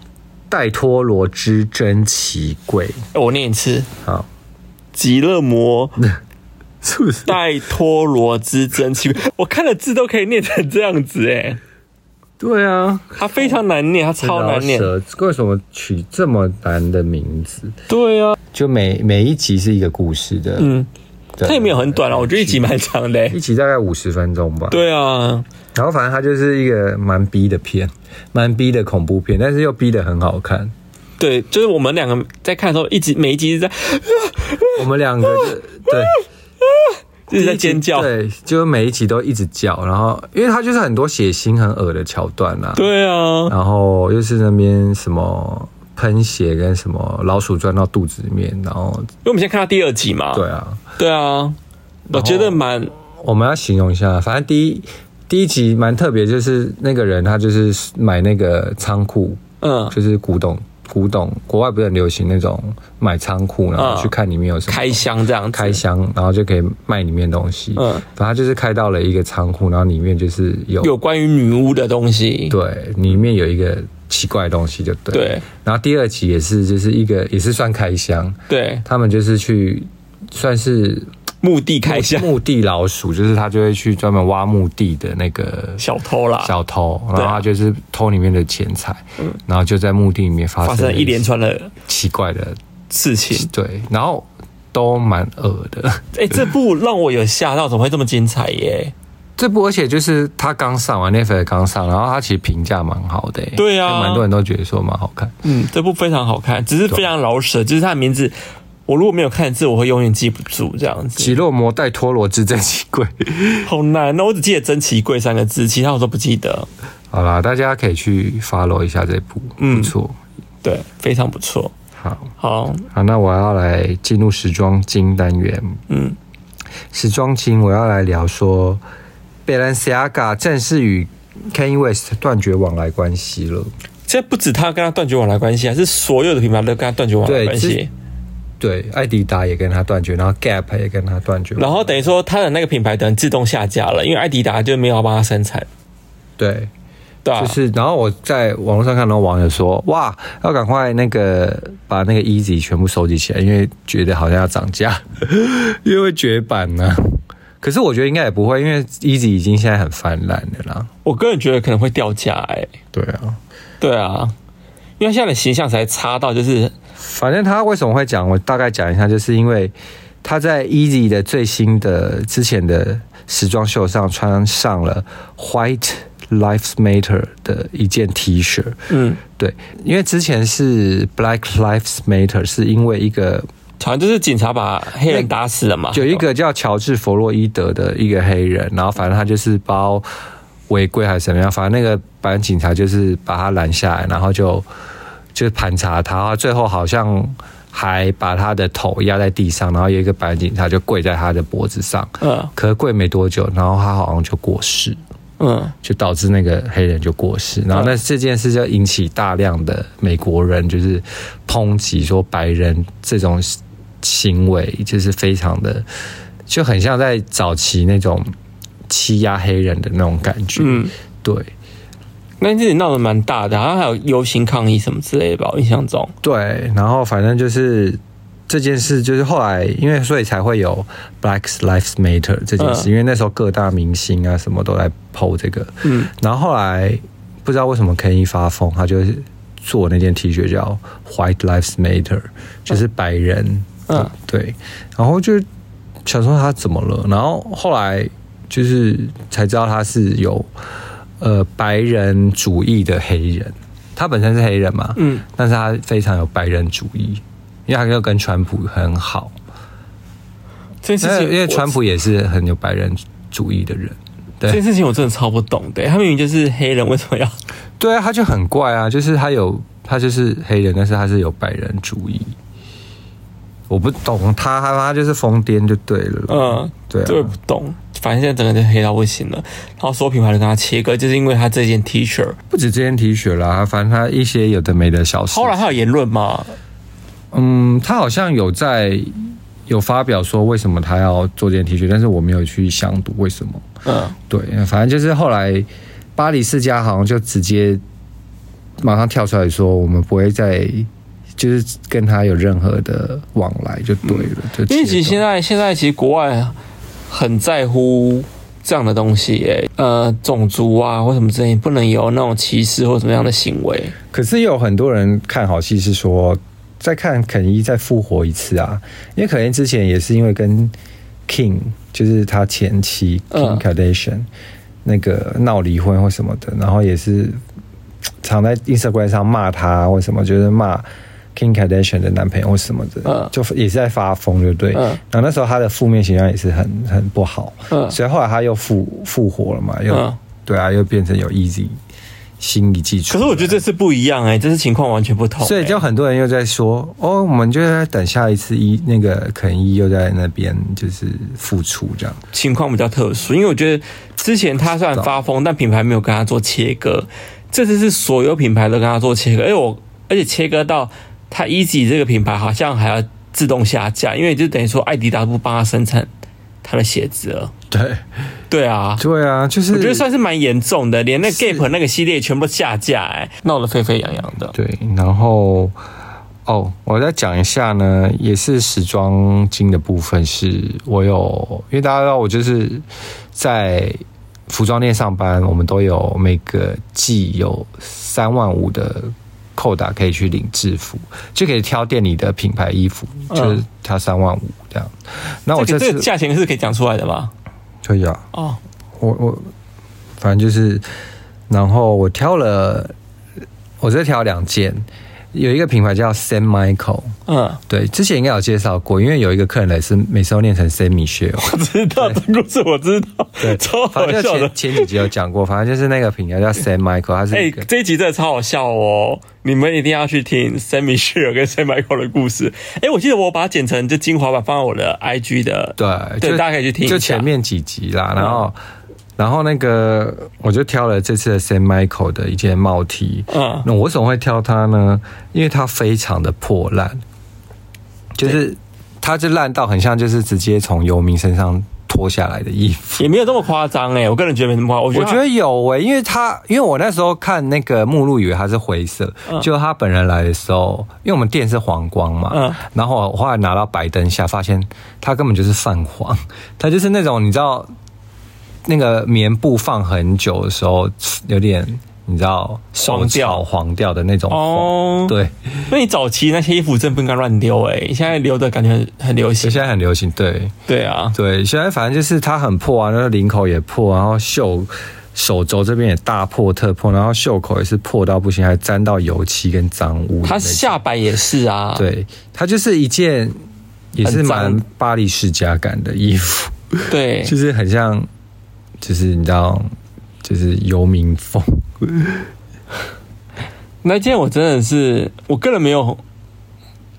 [SPEAKER 3] 戴托罗之珍奇柜》。
[SPEAKER 1] 哎我念一次：
[SPEAKER 3] 好，
[SPEAKER 1] 极乐魔
[SPEAKER 3] 是不是？
[SPEAKER 1] 戴托罗之真 奇，我看的字都可以念成这样子哎、
[SPEAKER 3] 对啊，
[SPEAKER 1] 它非常难念，它超难念。
[SPEAKER 3] 饶舌为什么取这么难的名字？
[SPEAKER 1] 对啊，
[SPEAKER 3] 就每每一集是一个故事的，
[SPEAKER 1] 嗯，
[SPEAKER 3] 对，
[SPEAKER 1] 它也没有很短啊，我觉得一集蛮长的、
[SPEAKER 3] 一
[SPEAKER 1] 欸。
[SPEAKER 3] 集大概五十分钟吧。
[SPEAKER 1] 对啊，
[SPEAKER 3] 然后反正它就是一个蛮逼的片，蛮逼的恐怖片，但是又逼得很好看。
[SPEAKER 1] 对，就是我们两个在看的时候，一集每一集是在啊
[SPEAKER 3] 我们两个 就对
[SPEAKER 1] 一直在尖叫。
[SPEAKER 3] 对，就是每一集都一直叫，然后因为它就是很多血腥很恶的桥段啦、
[SPEAKER 1] 对啊，
[SPEAKER 3] 然后又是那边什么喷血跟什么老鼠钻到肚子里面，然后
[SPEAKER 1] 因为我们现在看到第二集嘛。
[SPEAKER 3] 对啊，
[SPEAKER 1] 对啊，我觉得蛮
[SPEAKER 3] 我们要形容一下，反正第一第一集蛮特别，就是那个人他就是买那个仓库，
[SPEAKER 1] 嗯
[SPEAKER 3] 就是古董古董，国外不是很流行那种买仓库，然后去看里面有什么
[SPEAKER 1] 开箱这样子。
[SPEAKER 3] 开箱，然后就可以卖里面东西。
[SPEAKER 1] 嗯
[SPEAKER 3] 嗯，反正就是开到了一个仓库，然后里面就是有
[SPEAKER 1] 有关于女巫的东西。
[SPEAKER 3] 对，里面有一个奇怪的东西就对。
[SPEAKER 1] 对。
[SPEAKER 3] 然后第二集也是，就是一个也是算开箱，
[SPEAKER 1] 对
[SPEAKER 3] 他们就是去算是
[SPEAKER 1] 墓地开箱
[SPEAKER 3] 墓地老鼠，就是他就会去专门挖墓地的那个
[SPEAKER 1] 小偷啦，
[SPEAKER 3] 小偷，然后
[SPEAKER 1] 对啊嗯
[SPEAKER 3] 他就是偷里面的钱财，然后就在墓地里面发
[SPEAKER 1] 发
[SPEAKER 3] 生
[SPEAKER 1] 生
[SPEAKER 3] 了
[SPEAKER 1] 一连串的
[SPEAKER 3] 奇怪的，
[SPEAKER 1] 事情。
[SPEAKER 3] 对，然后都蛮恶的。
[SPEAKER 1] 哎、这部让我有吓到，怎么会这么精彩耶？
[SPEAKER 3] 这部而且就是他刚上完 Netflix 刚上，然后他其实评价蛮好的、欸，
[SPEAKER 1] 对啊
[SPEAKER 3] 就蛮多人都觉得说蛮好看。
[SPEAKER 1] 嗯，这部非常好看，只是非常老舍，就是它的名字，我如果没有看字，我会永远记不住这样子，
[SPEAKER 3] 吉洛摩带陀罗之真奇贵，
[SPEAKER 1] 好难哦。我只记得“珍奇贵”三个字，其他我都不记得。
[SPEAKER 3] 好啦，大家可以去 follow 一下这部，
[SPEAKER 1] 嗯
[SPEAKER 3] 不错。
[SPEAKER 1] 对，非常不错。
[SPEAKER 3] 好，
[SPEAKER 1] 好，
[SPEAKER 3] 好，那我要来进入时装金单元。
[SPEAKER 1] 嗯，
[SPEAKER 3] 时装金我要来聊说，贝兰西亚嘎正式与 Kanye West 断绝往来关系了。
[SPEAKER 1] 现在不止他跟他断绝往来关系啊，是所有的品牌都跟他断绝往来
[SPEAKER 3] 对
[SPEAKER 1] 关
[SPEAKER 3] 之
[SPEAKER 1] 系。
[SPEAKER 3] 对，艾迪达也跟他断绝，然后 Gap 也跟他断绝。
[SPEAKER 1] 然后等于说他的那个品牌等于自动下架了，因为艾迪达就没有要帮他生产，
[SPEAKER 3] 对，
[SPEAKER 1] 对吧、啊
[SPEAKER 3] 就是，然后我在网络上看到网友说，哇，要赶快那个把那个 Easy 全部收集起来，因为觉得好像要涨价， 因为会绝版呢、可是我觉得应该也不会，因为 Easy 已经现在很泛滥了啦。
[SPEAKER 1] 我个人觉得可能会掉价哎、
[SPEAKER 3] 对啊，
[SPEAKER 1] 对啊，因为他现在的形象才差到就是
[SPEAKER 3] 反正他为什么会讲，我大概讲一下，就是因为他在 Easy 的最新的之前的时装秀上穿上了 White Lives Matter 的一件 T 恤，
[SPEAKER 1] 嗯，
[SPEAKER 3] 对，因为之前是 Black Lives Matter，是因为一个
[SPEAKER 1] 好像就是警察把黑人打死了嘛，
[SPEAKER 3] 有一个叫乔治弗洛伊德的一个黑人，然后反正他就是包违规还是怎么样，反正那个反正警察就是把他拦下来，然后就就盘查他，然后最后好像还把他的头压在地上，然后有一个白人警察就跪在他的脖子上，
[SPEAKER 1] 嗯
[SPEAKER 3] 可是跪没多久，然后他好像就过世。
[SPEAKER 1] 嗯
[SPEAKER 3] 就导致那个黑人就过世，然后那这件事就引起大量的美国人就是抨击说白人这种行为就是非常的，就很像在早期那种欺压黑人的那种感觉。
[SPEAKER 1] 嗯，
[SPEAKER 3] 对
[SPEAKER 1] 那这里闹得蛮大的，好像还有游行抗议什么之类的吧，我印象中，
[SPEAKER 3] 对，然后反正就是这件事，就是后来因为所以才会有 Black Lives Matter 这件事，
[SPEAKER 1] 嗯
[SPEAKER 3] 因为那时候各大明星啊什么都来 PO 这个，
[SPEAKER 1] 嗯
[SPEAKER 3] 然后后来不知道为什么 Kenny 发疯，他就做那件 T 恤叫 White Lives Matter，就是白人，
[SPEAKER 1] 嗯
[SPEAKER 3] 对，然后就想说他怎么了，然后后来就是才知道他是有呃白人主义的黑人，他本身是黑人嘛，
[SPEAKER 1] 嗯，
[SPEAKER 3] 但是他非常有白人主义，因为他又跟川普很好，
[SPEAKER 1] 这件
[SPEAKER 3] 因
[SPEAKER 1] 事
[SPEAKER 3] 为
[SPEAKER 1] 情
[SPEAKER 3] 哎因为
[SPEAKER 1] 我
[SPEAKER 3] 川普也是很有白人主义的人，对，
[SPEAKER 1] 这件事情我真的超不懂的，欸他明明就是黑人，为什么要
[SPEAKER 3] 对啊，他就很怪啊，就是他有他就是黑人，但是他是有白人主义。我不懂他，他他就是疯癫就对了。
[SPEAKER 1] 嗯
[SPEAKER 3] 嗯，，对、
[SPEAKER 1] 这我也
[SPEAKER 3] 啊
[SPEAKER 1] 不，懂。反正现在整个就黑到不行了，然后所有品牌都跟他切割，就是因为他这件 T 恤。
[SPEAKER 3] 不止这件 T 恤啦，反正他一些有的没的小事。
[SPEAKER 1] 后来他有言论嘛？
[SPEAKER 3] 嗯，他好像有在有发表说为什么他要做这件 T 恤，但是我没有去详读为什么。
[SPEAKER 1] 嗯，
[SPEAKER 3] 对，反正就是后来巴黎世家好像就直接马上跳出来说，我们不会再就是跟他有任何的往来就对了。就
[SPEAKER 1] 因为其实
[SPEAKER 3] 切
[SPEAKER 1] 现在
[SPEAKER 3] 断
[SPEAKER 1] 现在其实国外很在乎这样的东西、耶，呃，种族啊或什么之类，不能有那种歧视或什么样的行为。
[SPEAKER 3] 可是有很多人看好戏是说，再看肯伊再复活一次啊，因为肯伊之前也是因为跟 King，就是他前妻
[SPEAKER 1] 嗯
[SPEAKER 3] Kim Kardashian、那个闹离婚或什么的，然后也是常在 Instagram 上骂他或什么，就是骂 Kim Kardashian 的男朋友或什么的，
[SPEAKER 1] 嗯
[SPEAKER 3] 就也是在发疯，对不对？
[SPEAKER 1] 嗯
[SPEAKER 3] 然后那时候他的负面形象也是很很不好，
[SPEAKER 1] 嗯
[SPEAKER 3] 所以后来他又复复活了嘛，又、
[SPEAKER 1] 嗯
[SPEAKER 3] 对啊，又变成有 Easy 新一季出
[SPEAKER 1] 可
[SPEAKER 3] 来。
[SPEAKER 1] 是我觉得这次不一样哎、这次情况完全不同、
[SPEAKER 3] 所以
[SPEAKER 1] 哎
[SPEAKER 3] 就很多人又在说，哦，我们就在等下一次一那个肯一又在那边就是付出这样。
[SPEAKER 1] 情况比较特殊，因为我觉得之前他虽然发疯，但品牌没有跟他做切割，这次是所有品牌都跟他做切割，而且我而且切割到他 Easy 这个品牌好像还要自动下架，因为就等于说艾迪达不帮他生产他的鞋子了。
[SPEAKER 3] 对，
[SPEAKER 1] 对啊，
[SPEAKER 3] 对啊，就是
[SPEAKER 1] 我觉得算是蛮严重的，连那
[SPEAKER 3] 是
[SPEAKER 1] Gap 那个系列全部下架、哎，闹得沸沸扬扬的。
[SPEAKER 3] 对，然后哦，我再讲一下呢，也是时装经的部分是，我有，因为大家知道我就是在服装店上班，我们都有每个季有三万五的扣打可以去领制服，就可以挑店里的品牌衣服，就是挑三万五这样。那我
[SPEAKER 1] 嗯这个
[SPEAKER 3] 这
[SPEAKER 1] 这
[SPEAKER 3] 次
[SPEAKER 1] 个价钱是可以讲出来的吧？
[SPEAKER 3] 可以啊，
[SPEAKER 1] 哦，
[SPEAKER 3] 我我反正就是，然后我挑了，我这挑了两件，有一个品牌叫 San Michael。
[SPEAKER 1] 嗯，
[SPEAKER 3] 对，之前应该有介绍过，因为有一个客人来是每次都念成 San Michel，
[SPEAKER 1] 我知道这故事，我知道，超好
[SPEAKER 3] 反正
[SPEAKER 1] 笑
[SPEAKER 3] 就
[SPEAKER 1] 的
[SPEAKER 3] 前。前几集有讲过，反正就是那个品牌叫 San Michael，它是
[SPEAKER 1] 哎、
[SPEAKER 3] 一个、
[SPEAKER 1] 这一集真的超好笑哦！你们一定要去听 Sammy s h e r 跟 Sam Michael 的故事。哎、我记得我把它剪成就精华版放在我的 IG 的，
[SPEAKER 3] 对，
[SPEAKER 1] 对，
[SPEAKER 3] 就
[SPEAKER 1] 大家可以去听一下。嗯
[SPEAKER 3] 就前面几集啦，然后。然后那个，我就挑了这次的 San Michael 的一件帽 T。
[SPEAKER 1] 嗯
[SPEAKER 3] 那我为什么会挑它呢？因为它非常的破烂，就是它就烂到很像就是直接从游民身上脱下来的衣服。
[SPEAKER 1] 也没有这么夸张哎，我个人觉得没那么夸张。我觉
[SPEAKER 3] 我
[SPEAKER 1] 得
[SPEAKER 3] 觉得有诶、因为他因为我那时候看那个目录以为它是灰色，就他本人来的时候，因为我们店是黄光嘛，
[SPEAKER 1] 嗯
[SPEAKER 3] 然后我后来拿到白灯下，发现它根本就是泛黄， 它就是那种你知道那个棉布放很久的时候有点你知道
[SPEAKER 1] 黄掉
[SPEAKER 3] 手潮黄掉的那种黄，
[SPEAKER 1] 哦
[SPEAKER 3] 对，
[SPEAKER 1] 那你早期那些衣服真的不应该乱丢哎，你现在留的感觉很很流
[SPEAKER 3] 就
[SPEAKER 1] 行。
[SPEAKER 3] 现在很流行，对，
[SPEAKER 1] 对啊，
[SPEAKER 3] 对，现在反正就是它很破啊，那个领口也破，然后袖手肘这边也大破特破，然后袖口也是破到不行，还沾到油漆跟脏污的那种。
[SPEAKER 1] 它下摆也是啊。，
[SPEAKER 3] 对，它就是一件也是
[SPEAKER 1] 很脏
[SPEAKER 3] 蛮巴黎世家感的衣服，
[SPEAKER 1] 对
[SPEAKER 3] 就是很像，就是你知道，就是游民风。
[SPEAKER 1] 那件我真的是，我个人没有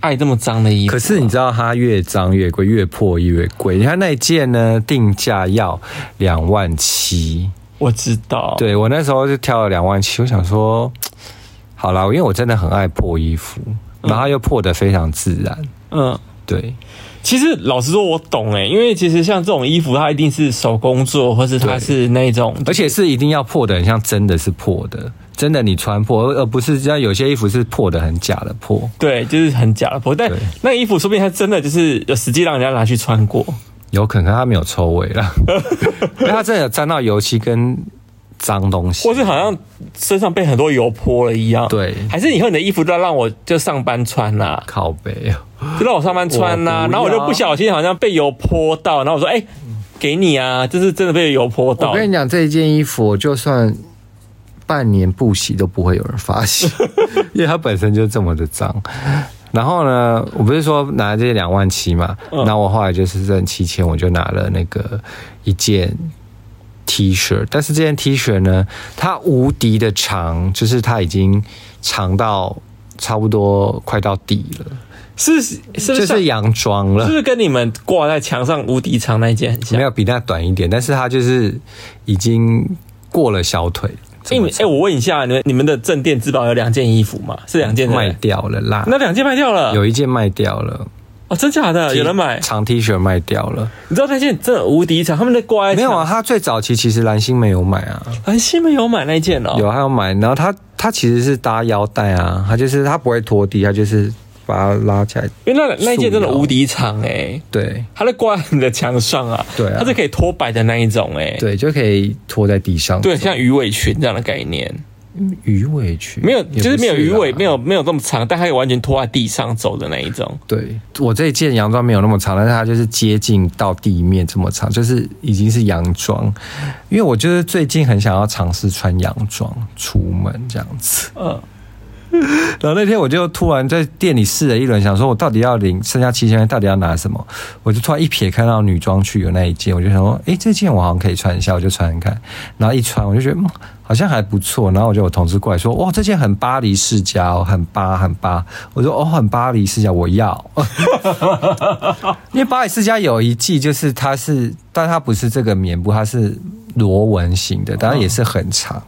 [SPEAKER 1] 爱这么脏的衣服。
[SPEAKER 3] 可是你知道，它越脏越贵，越破越贵。你看那一件呢，定价要两万七。
[SPEAKER 1] 我知道，，
[SPEAKER 3] 对我那时候就挑了两万七，我想说，好啦，因为我真的很爱破衣服，然后又破得非常自然。
[SPEAKER 1] 嗯，
[SPEAKER 3] 对
[SPEAKER 1] 其实老实说，我懂哎，因为其实像这种衣服，它一定是手工做，或是它
[SPEAKER 3] 对
[SPEAKER 1] 是那种，
[SPEAKER 3] 而且是一定要破的，很像真的是破的，真的你穿破，而而不是像有些衣服是破的很假的破，
[SPEAKER 1] 对，就是很假的破。但
[SPEAKER 3] 对
[SPEAKER 1] 那个衣服说不定它真的就是有实际让人家拿去穿过。
[SPEAKER 3] 有可能它没有臭味 啦，因为它真的有沾到油漆跟脏东西，
[SPEAKER 1] 或是好像身上被很多油泼了一样。
[SPEAKER 3] 对
[SPEAKER 1] 还是以后你的衣服都要让我就上班穿啦、
[SPEAKER 3] 靠背哦。
[SPEAKER 1] 就让我上班穿啦、
[SPEAKER 3] 我不要
[SPEAKER 1] 然后我就不小心好像被油泼到，然后我说：“哎、给你啊，这是真的被油泼到
[SPEAKER 3] 我。跟你讲，这一件衣服，我就算半年不洗都不会有人 发现，因为它本身就这么的脏。然后呢，我不是说拿这两万七嘛，
[SPEAKER 1] 嗯
[SPEAKER 3] 然后我后来就是挣七千，我就拿了那个一件 T 恤，但是这件 T 恤呢，它无敌的长，就是它已经长到差不多快到底了，
[SPEAKER 1] 是是不是
[SPEAKER 3] 就
[SPEAKER 1] 像
[SPEAKER 3] 是洋装了
[SPEAKER 1] 是不。是跟你们挂在墙上无敌长那一件很像？
[SPEAKER 3] 没有比那短一点，但是它就是已经过了小腿。
[SPEAKER 1] 因为哎、我问一下，你们你们的镇店之宝有两件衣服吗？是两件对不对
[SPEAKER 3] 卖掉了啦，
[SPEAKER 1] 那两件卖掉了？
[SPEAKER 3] 有一件卖掉了，
[SPEAKER 1] 哦，真假的？有人买？
[SPEAKER 3] 长 T 恤卖掉了，
[SPEAKER 1] 你知道那件真的无敌长，他们在挂在
[SPEAKER 3] 没有啊？
[SPEAKER 1] 墙？
[SPEAKER 3] 他最早期其实蓝心没有买啊，
[SPEAKER 1] 韩信们有买那件哦。
[SPEAKER 3] 有还有买，然后他他其实是搭腰带啊，他就是他不会拖地，他就是把它拉起来，
[SPEAKER 1] 因为那那一件真的无敌长哎、
[SPEAKER 3] 对
[SPEAKER 1] 它在挂在你的墙上啊，
[SPEAKER 3] 对啊
[SPEAKER 1] 它是可以拖摆的那一种哎、
[SPEAKER 3] 对，就可以拖在地上，
[SPEAKER 1] 对，像鱼尾裙这样的概念，
[SPEAKER 3] 鱼尾裙
[SPEAKER 1] 没有，
[SPEAKER 3] 也不
[SPEAKER 1] 就
[SPEAKER 3] 啊
[SPEAKER 1] 是啊没有鱼
[SPEAKER 3] 啦
[SPEAKER 1] 尾，没有没有这么长，但它可以完全拖在地上走的那一种。
[SPEAKER 3] 对我这一件洋装没有那么长，但是它就是接近到地面这么长，就是已经是洋装。因为我就是最近很想要尝试穿洋装出门这样子。
[SPEAKER 1] 嗯
[SPEAKER 3] 嗯。然后那天我就突然在店里试了一轮，想说我到底要领剩下七千块，到底要拿什么？我就突然一瞥看到女装区有那一件，我就想说，诶，这件我好像可以穿一下，我就穿看。然后一穿，我就觉得、嗯、好像还不错。然后我就有同事过来说，哇，这件很巴黎世家哦，很巴很巴。我说哦，很巴黎世家，我要。因为巴黎世家有一季，就是它是，但它不是这个棉布，它是螺纹型的，当然也
[SPEAKER 1] 嗯
[SPEAKER 3] 是很长。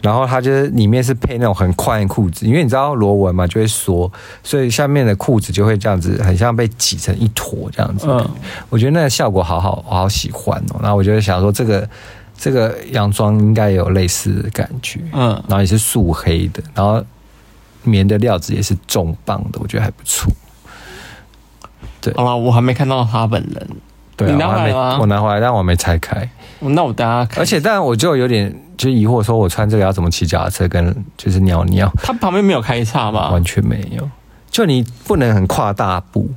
[SPEAKER 3] 然后它就是里面是配那种很宽的裤子，因为你知道螺纹嘛，就会缩，所以下面的裤子就会这样子，很像被挤成一坨这样子。
[SPEAKER 1] 嗯
[SPEAKER 3] 我觉得那个效果好好，我好喜欢哦。然后我就想说，这个这个洋装应该也有类似的感觉，
[SPEAKER 1] 嗯
[SPEAKER 3] 然后也是素黑的，然后棉的料子也是重磅的，我觉得还不错。
[SPEAKER 1] 好了，我还没看到他本人，
[SPEAKER 3] 对、啊，
[SPEAKER 1] 你拿
[SPEAKER 3] 我还
[SPEAKER 1] 回来
[SPEAKER 3] 没
[SPEAKER 1] 吗
[SPEAKER 3] 我拿回来，但我没拆开。
[SPEAKER 1] 那我大家看。
[SPEAKER 3] 而且，但我就有点就疑惑，说我穿这个要怎么骑脚踏车，跟就是尿尿，
[SPEAKER 1] 他旁边没有开叉吧
[SPEAKER 3] 完？全没有。就你不能很跨大步，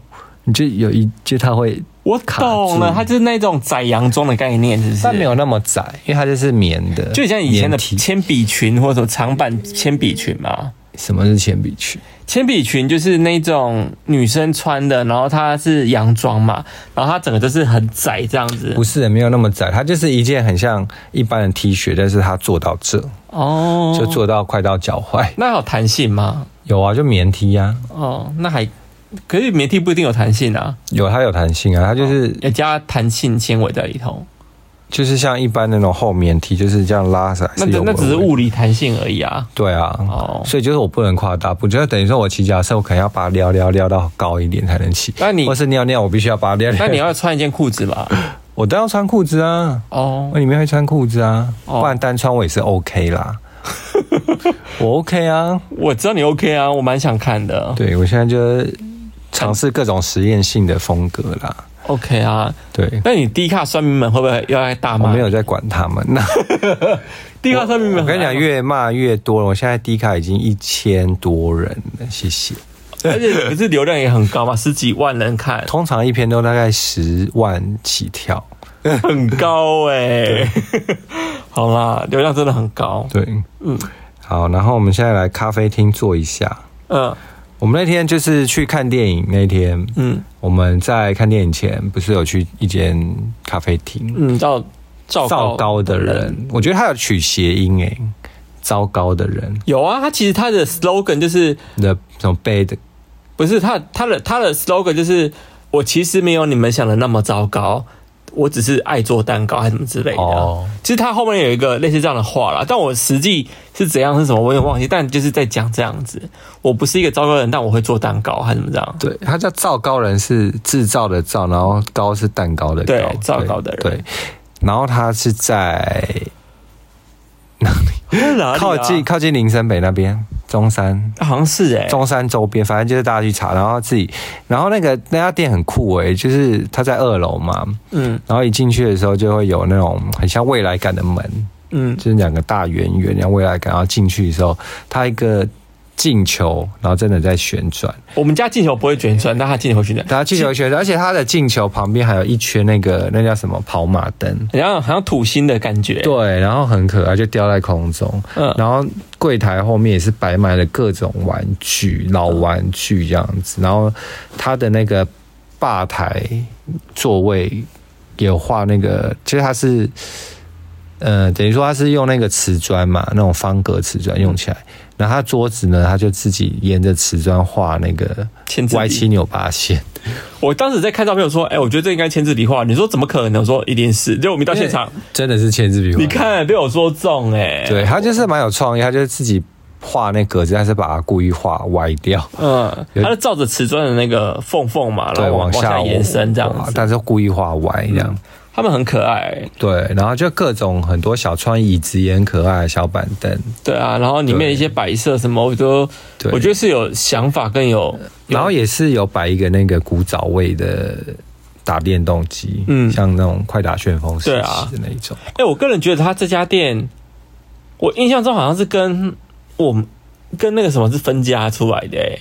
[SPEAKER 3] 你就有一就它会，
[SPEAKER 1] 我
[SPEAKER 3] 卡住
[SPEAKER 1] 懂了，他就是那种窄洋装的概念，是不是？
[SPEAKER 3] 但没，有那么窄，因为它就是棉的，
[SPEAKER 1] 就像以前的
[SPEAKER 3] 棉体
[SPEAKER 1] 铅笔裙或者什么长版铅笔裙嘛。
[SPEAKER 3] 什么是铅笔裙？
[SPEAKER 1] 铅笔裙就是那种女生穿的，然后它是洋装嘛，然后它整个就是很窄这样子
[SPEAKER 3] 不。是没有那么窄，它就是一件很像一般的 T 恤，但是它做到这，
[SPEAKER 1] 哦，
[SPEAKER 3] 就做到快到脚踝。
[SPEAKER 1] 那有弹性吗？
[SPEAKER 3] 有啊，就棉 T 啊，
[SPEAKER 1] 哦，那还可是棉 T 不一定有弹性啊，
[SPEAKER 3] 有它有弹性啊，它就是
[SPEAKER 1] 要加弹性纤维在里头。
[SPEAKER 3] 就是像一般那种厚棉 T，就是这样拉起来
[SPEAKER 1] 那
[SPEAKER 3] 是有
[SPEAKER 1] 那只是
[SPEAKER 3] 微微的
[SPEAKER 1] 物理弹性而已 啊。
[SPEAKER 3] 对啊，
[SPEAKER 1] 哦
[SPEAKER 3] 所以就是我不能跨大步，就是等于说我骑脚踏车，我可能要把它撩撩撩到高一点才能骑。
[SPEAKER 1] 那你
[SPEAKER 3] 或是尿尿，我必须要把它撩撩。
[SPEAKER 1] 那你要穿一件裤子吧？
[SPEAKER 3] 我都要穿裤子啊，
[SPEAKER 1] 哦
[SPEAKER 3] 我，里面会穿裤子啊，
[SPEAKER 1] 哦
[SPEAKER 3] 不然单穿我也是 OK 啦。我 OK 啊，
[SPEAKER 1] 我知道你 OK 啊，我蛮想看的。
[SPEAKER 3] 对我现在就是尝试各种实验性的风格啦。
[SPEAKER 1] OK 啊，
[SPEAKER 3] 对，
[SPEAKER 1] 那你低卡酸民们会不会又来大
[SPEAKER 3] 我
[SPEAKER 1] 骂？
[SPEAKER 3] 没有在管他们。 那
[SPEAKER 1] 低卡酸民们
[SPEAKER 3] 我
[SPEAKER 1] 很
[SPEAKER 3] 跟你
[SPEAKER 1] 爱骂，
[SPEAKER 3] 讲，越骂越多了。我现在 D 卡已经一千多人了，谢谢。
[SPEAKER 1] 而且可是流量也很高嘛，十几万人看，
[SPEAKER 3] 通常一篇都大概十万起跳。
[SPEAKER 1] 很高哎、 好啦，流量真的很高。
[SPEAKER 3] 对，
[SPEAKER 1] 嗯
[SPEAKER 3] 好，然后我们现在来咖啡厅坐一下。
[SPEAKER 1] 嗯
[SPEAKER 3] 我们那天就是去看电影那天，
[SPEAKER 1] 嗯
[SPEAKER 3] 我们在看电影前不是有去一间咖啡厅？
[SPEAKER 1] 嗯，叫赵
[SPEAKER 3] 糟糕的人，我觉得他有取谐音诶、糟糕的人
[SPEAKER 1] 有啊，他其实他的 slogan 就是
[SPEAKER 3] ，the 什么 bad
[SPEAKER 1] 不是他他的他的 slogan 就是我其实没有你们想的那么糟糕，我只是爱做蛋糕还是什么之类的。
[SPEAKER 3] 哦
[SPEAKER 1] 其实他后面有一个类似这样的话啦，但我实际是怎样是什么我有点忘记，但就是在讲这样子，我不是一个糟糕的人，但我会做蛋糕还是怎么这样。
[SPEAKER 3] 对，他叫造糕人是制造的造，然后糕是蛋糕的糕，
[SPEAKER 1] 对造糕的人
[SPEAKER 3] 对，然后他是在
[SPEAKER 1] 哪里啊
[SPEAKER 3] 靠近、靠近林森北那边，中山。
[SPEAKER 1] 好像是哎、
[SPEAKER 3] 中山周边，反正就是大家去查，然后自己，然后那个那家店很酷诶、就是它在二楼嘛，
[SPEAKER 1] 嗯
[SPEAKER 3] 然后一进去的时候就会有那种很像未来感的门，
[SPEAKER 1] 嗯
[SPEAKER 3] 就是两个大圆圆，然后未来感，然后进去的时候，它一个进球，然后真的在旋转，
[SPEAKER 1] 我们家进球不会旋转，但他进球会旋转，
[SPEAKER 3] 然后进球会旋转，而且它的进球旁边还有一圈那个那叫什么跑马灯，
[SPEAKER 1] 好像好像土星的感觉。
[SPEAKER 3] 对，然后很可爱，就吊在空中。
[SPEAKER 1] 嗯
[SPEAKER 3] 然后柜台后面也是摆满了各种玩具，老玩具这样
[SPEAKER 1] 嗯
[SPEAKER 3] 子。然后它的那个吧台座位也有画那个，其实它是，呃，等于说它是用那个瓷砖嘛，那种方格瓷砖用起来。然后它桌子呢，它就自己沿着瓷砖画那个
[SPEAKER 1] 签字笔
[SPEAKER 3] 歪七扭八线。
[SPEAKER 1] 我当时在看照片，我说：“哎、我觉得这应该签字笔画。”你说怎么可能？我说一定是。结果我们一到现场，
[SPEAKER 3] 真的是签字笔画。
[SPEAKER 1] 你看被我说中哎、
[SPEAKER 3] 对，他就是蛮有创意，他就是自己画那格子，但是把它故意画歪掉，
[SPEAKER 1] 嗯，
[SPEAKER 3] 有
[SPEAKER 1] 它是照着瓷砖的那个缝缝嘛，然
[SPEAKER 3] 对，
[SPEAKER 1] 后往
[SPEAKER 3] 下
[SPEAKER 1] 下延伸这样
[SPEAKER 3] 画
[SPEAKER 1] 子。嗯
[SPEAKER 3] 但是故意画歪这样。
[SPEAKER 1] 他们很可爱、欸
[SPEAKER 3] 对，然后就各种很多小创意，椅子也很可爱，小板凳。
[SPEAKER 1] 对啊。然后里面一些摆设什么，我都
[SPEAKER 3] 对
[SPEAKER 1] 我觉得是有想法跟有，
[SPEAKER 3] 然后也是有摆一个那个古早味的打电动机，
[SPEAKER 1] 嗯
[SPEAKER 3] 像那种快打旋风时
[SPEAKER 1] 对啊
[SPEAKER 3] 期的那一种。
[SPEAKER 1] 哎、我个人觉得他这家店，我印象中好像是跟我们跟那个什么是分家出来的、欸，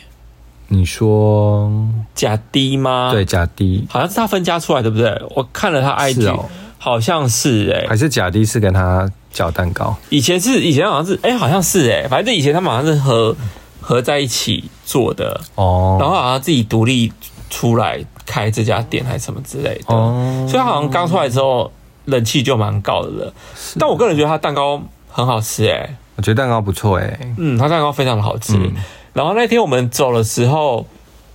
[SPEAKER 3] 你说
[SPEAKER 1] 甲低吗？
[SPEAKER 3] 对，甲低
[SPEAKER 1] 好像是他分家出来，对不对？我看了他 IG，、
[SPEAKER 3] 是哦，
[SPEAKER 1] 好像是哎、
[SPEAKER 3] 还是甲低是跟他叫蛋糕？
[SPEAKER 1] 以前是以前好像是哎、好像是哎、反正以前他们好像是合合在一起做的，
[SPEAKER 3] 哦，
[SPEAKER 1] 然后好像自己独立出来开这家店还是什么之类的，
[SPEAKER 3] 哦，
[SPEAKER 1] 所以他好像刚出来之后人气就蛮高的了。但我个人觉得他蛋糕很好吃哎、
[SPEAKER 3] 我觉得蛋糕不错哎、
[SPEAKER 1] 嗯，他蛋糕非常的好吃。
[SPEAKER 3] 嗯
[SPEAKER 1] 然后那天我们走的时候，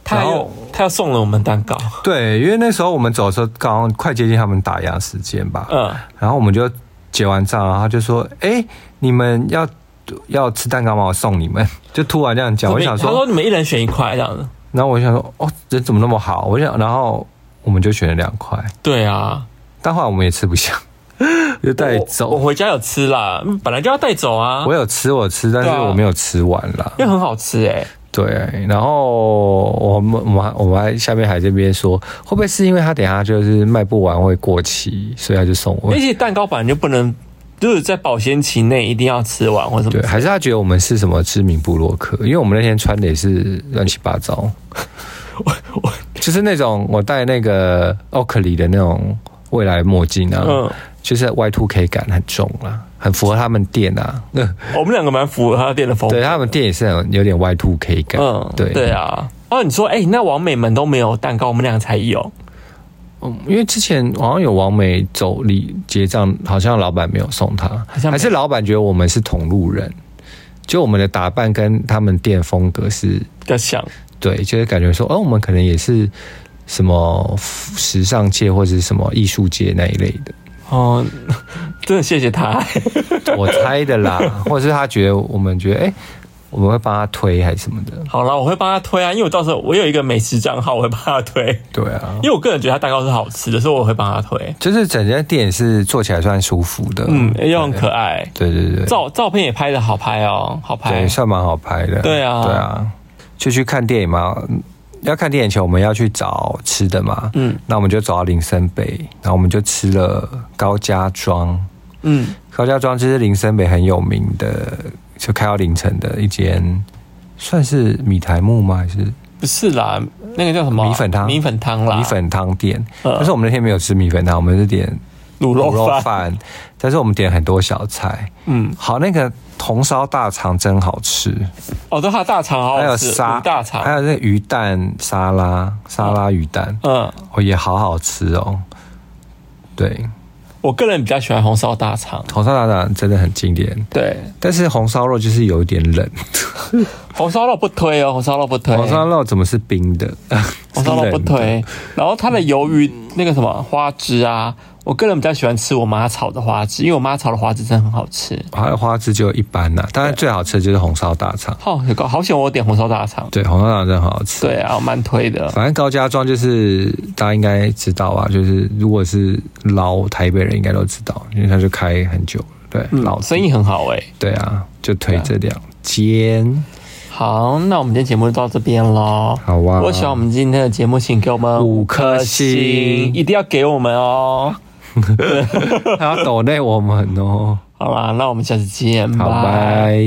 [SPEAKER 1] 他
[SPEAKER 3] 然后
[SPEAKER 1] 又他又送了我们蛋糕，
[SPEAKER 3] 对，因为那时候我们走的时候刚好快接近他们打烊时间吧，
[SPEAKER 1] 嗯，
[SPEAKER 3] 然后我们就结完账，然后他就说：“哎、你们要要吃蛋糕吗？我送你们。” 就突然这样讲，我想
[SPEAKER 1] 他说
[SPEAKER 3] 说，
[SPEAKER 1] 你们一人选一块这样子，
[SPEAKER 3] 然后我想说，哦，人怎么那么好？我想，然后我们就选了两块，
[SPEAKER 1] 对啊，
[SPEAKER 3] 但后来我们也吃不下，因 就带
[SPEAKER 1] 我
[SPEAKER 3] 哎走。
[SPEAKER 1] 回家有吃啦，嗯本来就要带走啊
[SPEAKER 3] 我，有吃，我有吃，但是
[SPEAKER 1] 对啊
[SPEAKER 3] 我没有吃完啦。
[SPEAKER 1] 因为很好吃哎、
[SPEAKER 3] 对，然后我们我们还我们还下面还这边说，会不会是因为他等一下就是卖不完会过期，所以他就送我
[SPEAKER 1] 而？且蛋糕本来就不能，就是在保鲜期内一定要吃完或什么之
[SPEAKER 3] 对，
[SPEAKER 1] 类的。
[SPEAKER 3] 还是他觉得我们是什么知名部落客？因为我们那天穿的也是乱七八 糟，
[SPEAKER 1] 我
[SPEAKER 3] 就是那种我戴那个奥克里的那种未来墨镜啊，
[SPEAKER 1] 嗯
[SPEAKER 3] 就是 Y two K 感很重啦，很符合他们店啊。
[SPEAKER 1] 我们两个蛮符合他店的风格
[SPEAKER 3] 对。他们店也是很有点 Y two K 感。
[SPEAKER 1] 嗯，
[SPEAKER 3] 对
[SPEAKER 1] 对啊。哦，你说，哎、那王美们都没有蛋糕，我们俩才有。
[SPEAKER 3] 嗯，因为之前好像有王美走礼结账，好像老板没有送他，
[SPEAKER 1] 像没有
[SPEAKER 3] 还是老板觉得我们是同路人，就我们的打扮跟他们店风格是
[SPEAKER 1] 要想，
[SPEAKER 3] 对，就是感觉说，哦，我们可能也是什么时尚界或者是什么艺术界那一类的，
[SPEAKER 1] 哦， 真的谢谢他。
[SPEAKER 3] 我猜的啦， 或者是他觉得我们觉得，哎、我们会帮他推还是什么的，
[SPEAKER 1] 好啦，我会帮他推啊，因为我到时候我有一个美食账号，我会帮他推，
[SPEAKER 3] 对啊，
[SPEAKER 1] 因为我个人觉得他蛋糕是好吃的，所以我会帮他推。
[SPEAKER 3] 就是整家店也是做起来算舒服的，
[SPEAKER 1] 嗯，又很可爱，
[SPEAKER 3] 对，对对对，
[SPEAKER 1] 照照片也拍的好拍哦，好拍
[SPEAKER 3] 对，。算蛮好拍的。
[SPEAKER 1] 对啊
[SPEAKER 3] 哎对啊，就去看电影嘛。嗯要看电影前，我们要去找吃的嘛。
[SPEAKER 1] 嗯，
[SPEAKER 3] 那我们就走到林森北，然后我们就吃了高家庄。
[SPEAKER 1] 嗯，
[SPEAKER 3] 高家庄就是林森北很有名的，就开到凌晨的一间，算是米苔木吗？还是
[SPEAKER 1] 不是啦，那个叫什么
[SPEAKER 3] 米粉汤
[SPEAKER 1] 米粉汤啦，
[SPEAKER 3] 米粉汤店？
[SPEAKER 1] 嗯
[SPEAKER 3] 但是我们那天没有吃米粉汤，我们是点
[SPEAKER 1] 卤
[SPEAKER 3] 卤肉
[SPEAKER 1] 肉饭。
[SPEAKER 3] 饭，但是我们点很多小菜。
[SPEAKER 1] 嗯，
[SPEAKER 3] 好，那个红烧大肠真好吃。
[SPEAKER 1] 哦，对，还有大肠好
[SPEAKER 3] 还有
[SPEAKER 1] 好吃，
[SPEAKER 3] 沙
[SPEAKER 1] 卤大
[SPEAKER 3] 还
[SPEAKER 1] 肠。
[SPEAKER 3] 有那个鱼蛋沙拉，沙拉鱼蛋，
[SPEAKER 1] 嗯，
[SPEAKER 3] 哦也好好吃哦。对，
[SPEAKER 1] 我个人比较喜欢红烧大肠。
[SPEAKER 3] 红烧大肠真的很经典，
[SPEAKER 1] 对，
[SPEAKER 3] 但是红烧肉就是有一点冷，
[SPEAKER 1] 红烧肉不推哦，红烧肉不推。
[SPEAKER 3] 红烧肉怎么是冰 的？
[SPEAKER 1] 红烧肉不
[SPEAKER 3] 是冷的。
[SPEAKER 1] 推。然后它的鱿鱼那个什么花枝啊，我个人比较喜欢吃我妈炒的花枝，因为我妈炒的花枝真的很好吃。
[SPEAKER 3] 还有花枝就一般啦、当然最好吃的就是红烧大肠。
[SPEAKER 1] 哦，有个好喜欢我点红烧大肠。
[SPEAKER 3] 对，红烧大肠真的很好吃。
[SPEAKER 1] 对啊，我蛮推的。
[SPEAKER 3] 反正高家庄就是大家应该知道啊，就是如果是老台北人应该都知道，因为他就开很久了。对，老
[SPEAKER 1] 生意很好哎、
[SPEAKER 3] 对啊，就推这两间。
[SPEAKER 1] 好，那我们今天节目就到这边喽。
[SPEAKER 3] 好啊
[SPEAKER 1] 如果喜欢我们今天的节目，请给我们
[SPEAKER 3] 五颗星
[SPEAKER 1] 一定要给我们哦。
[SPEAKER 3] 他要抖内我们哦，
[SPEAKER 1] 好啦，那我们下次见，
[SPEAKER 3] 好拜。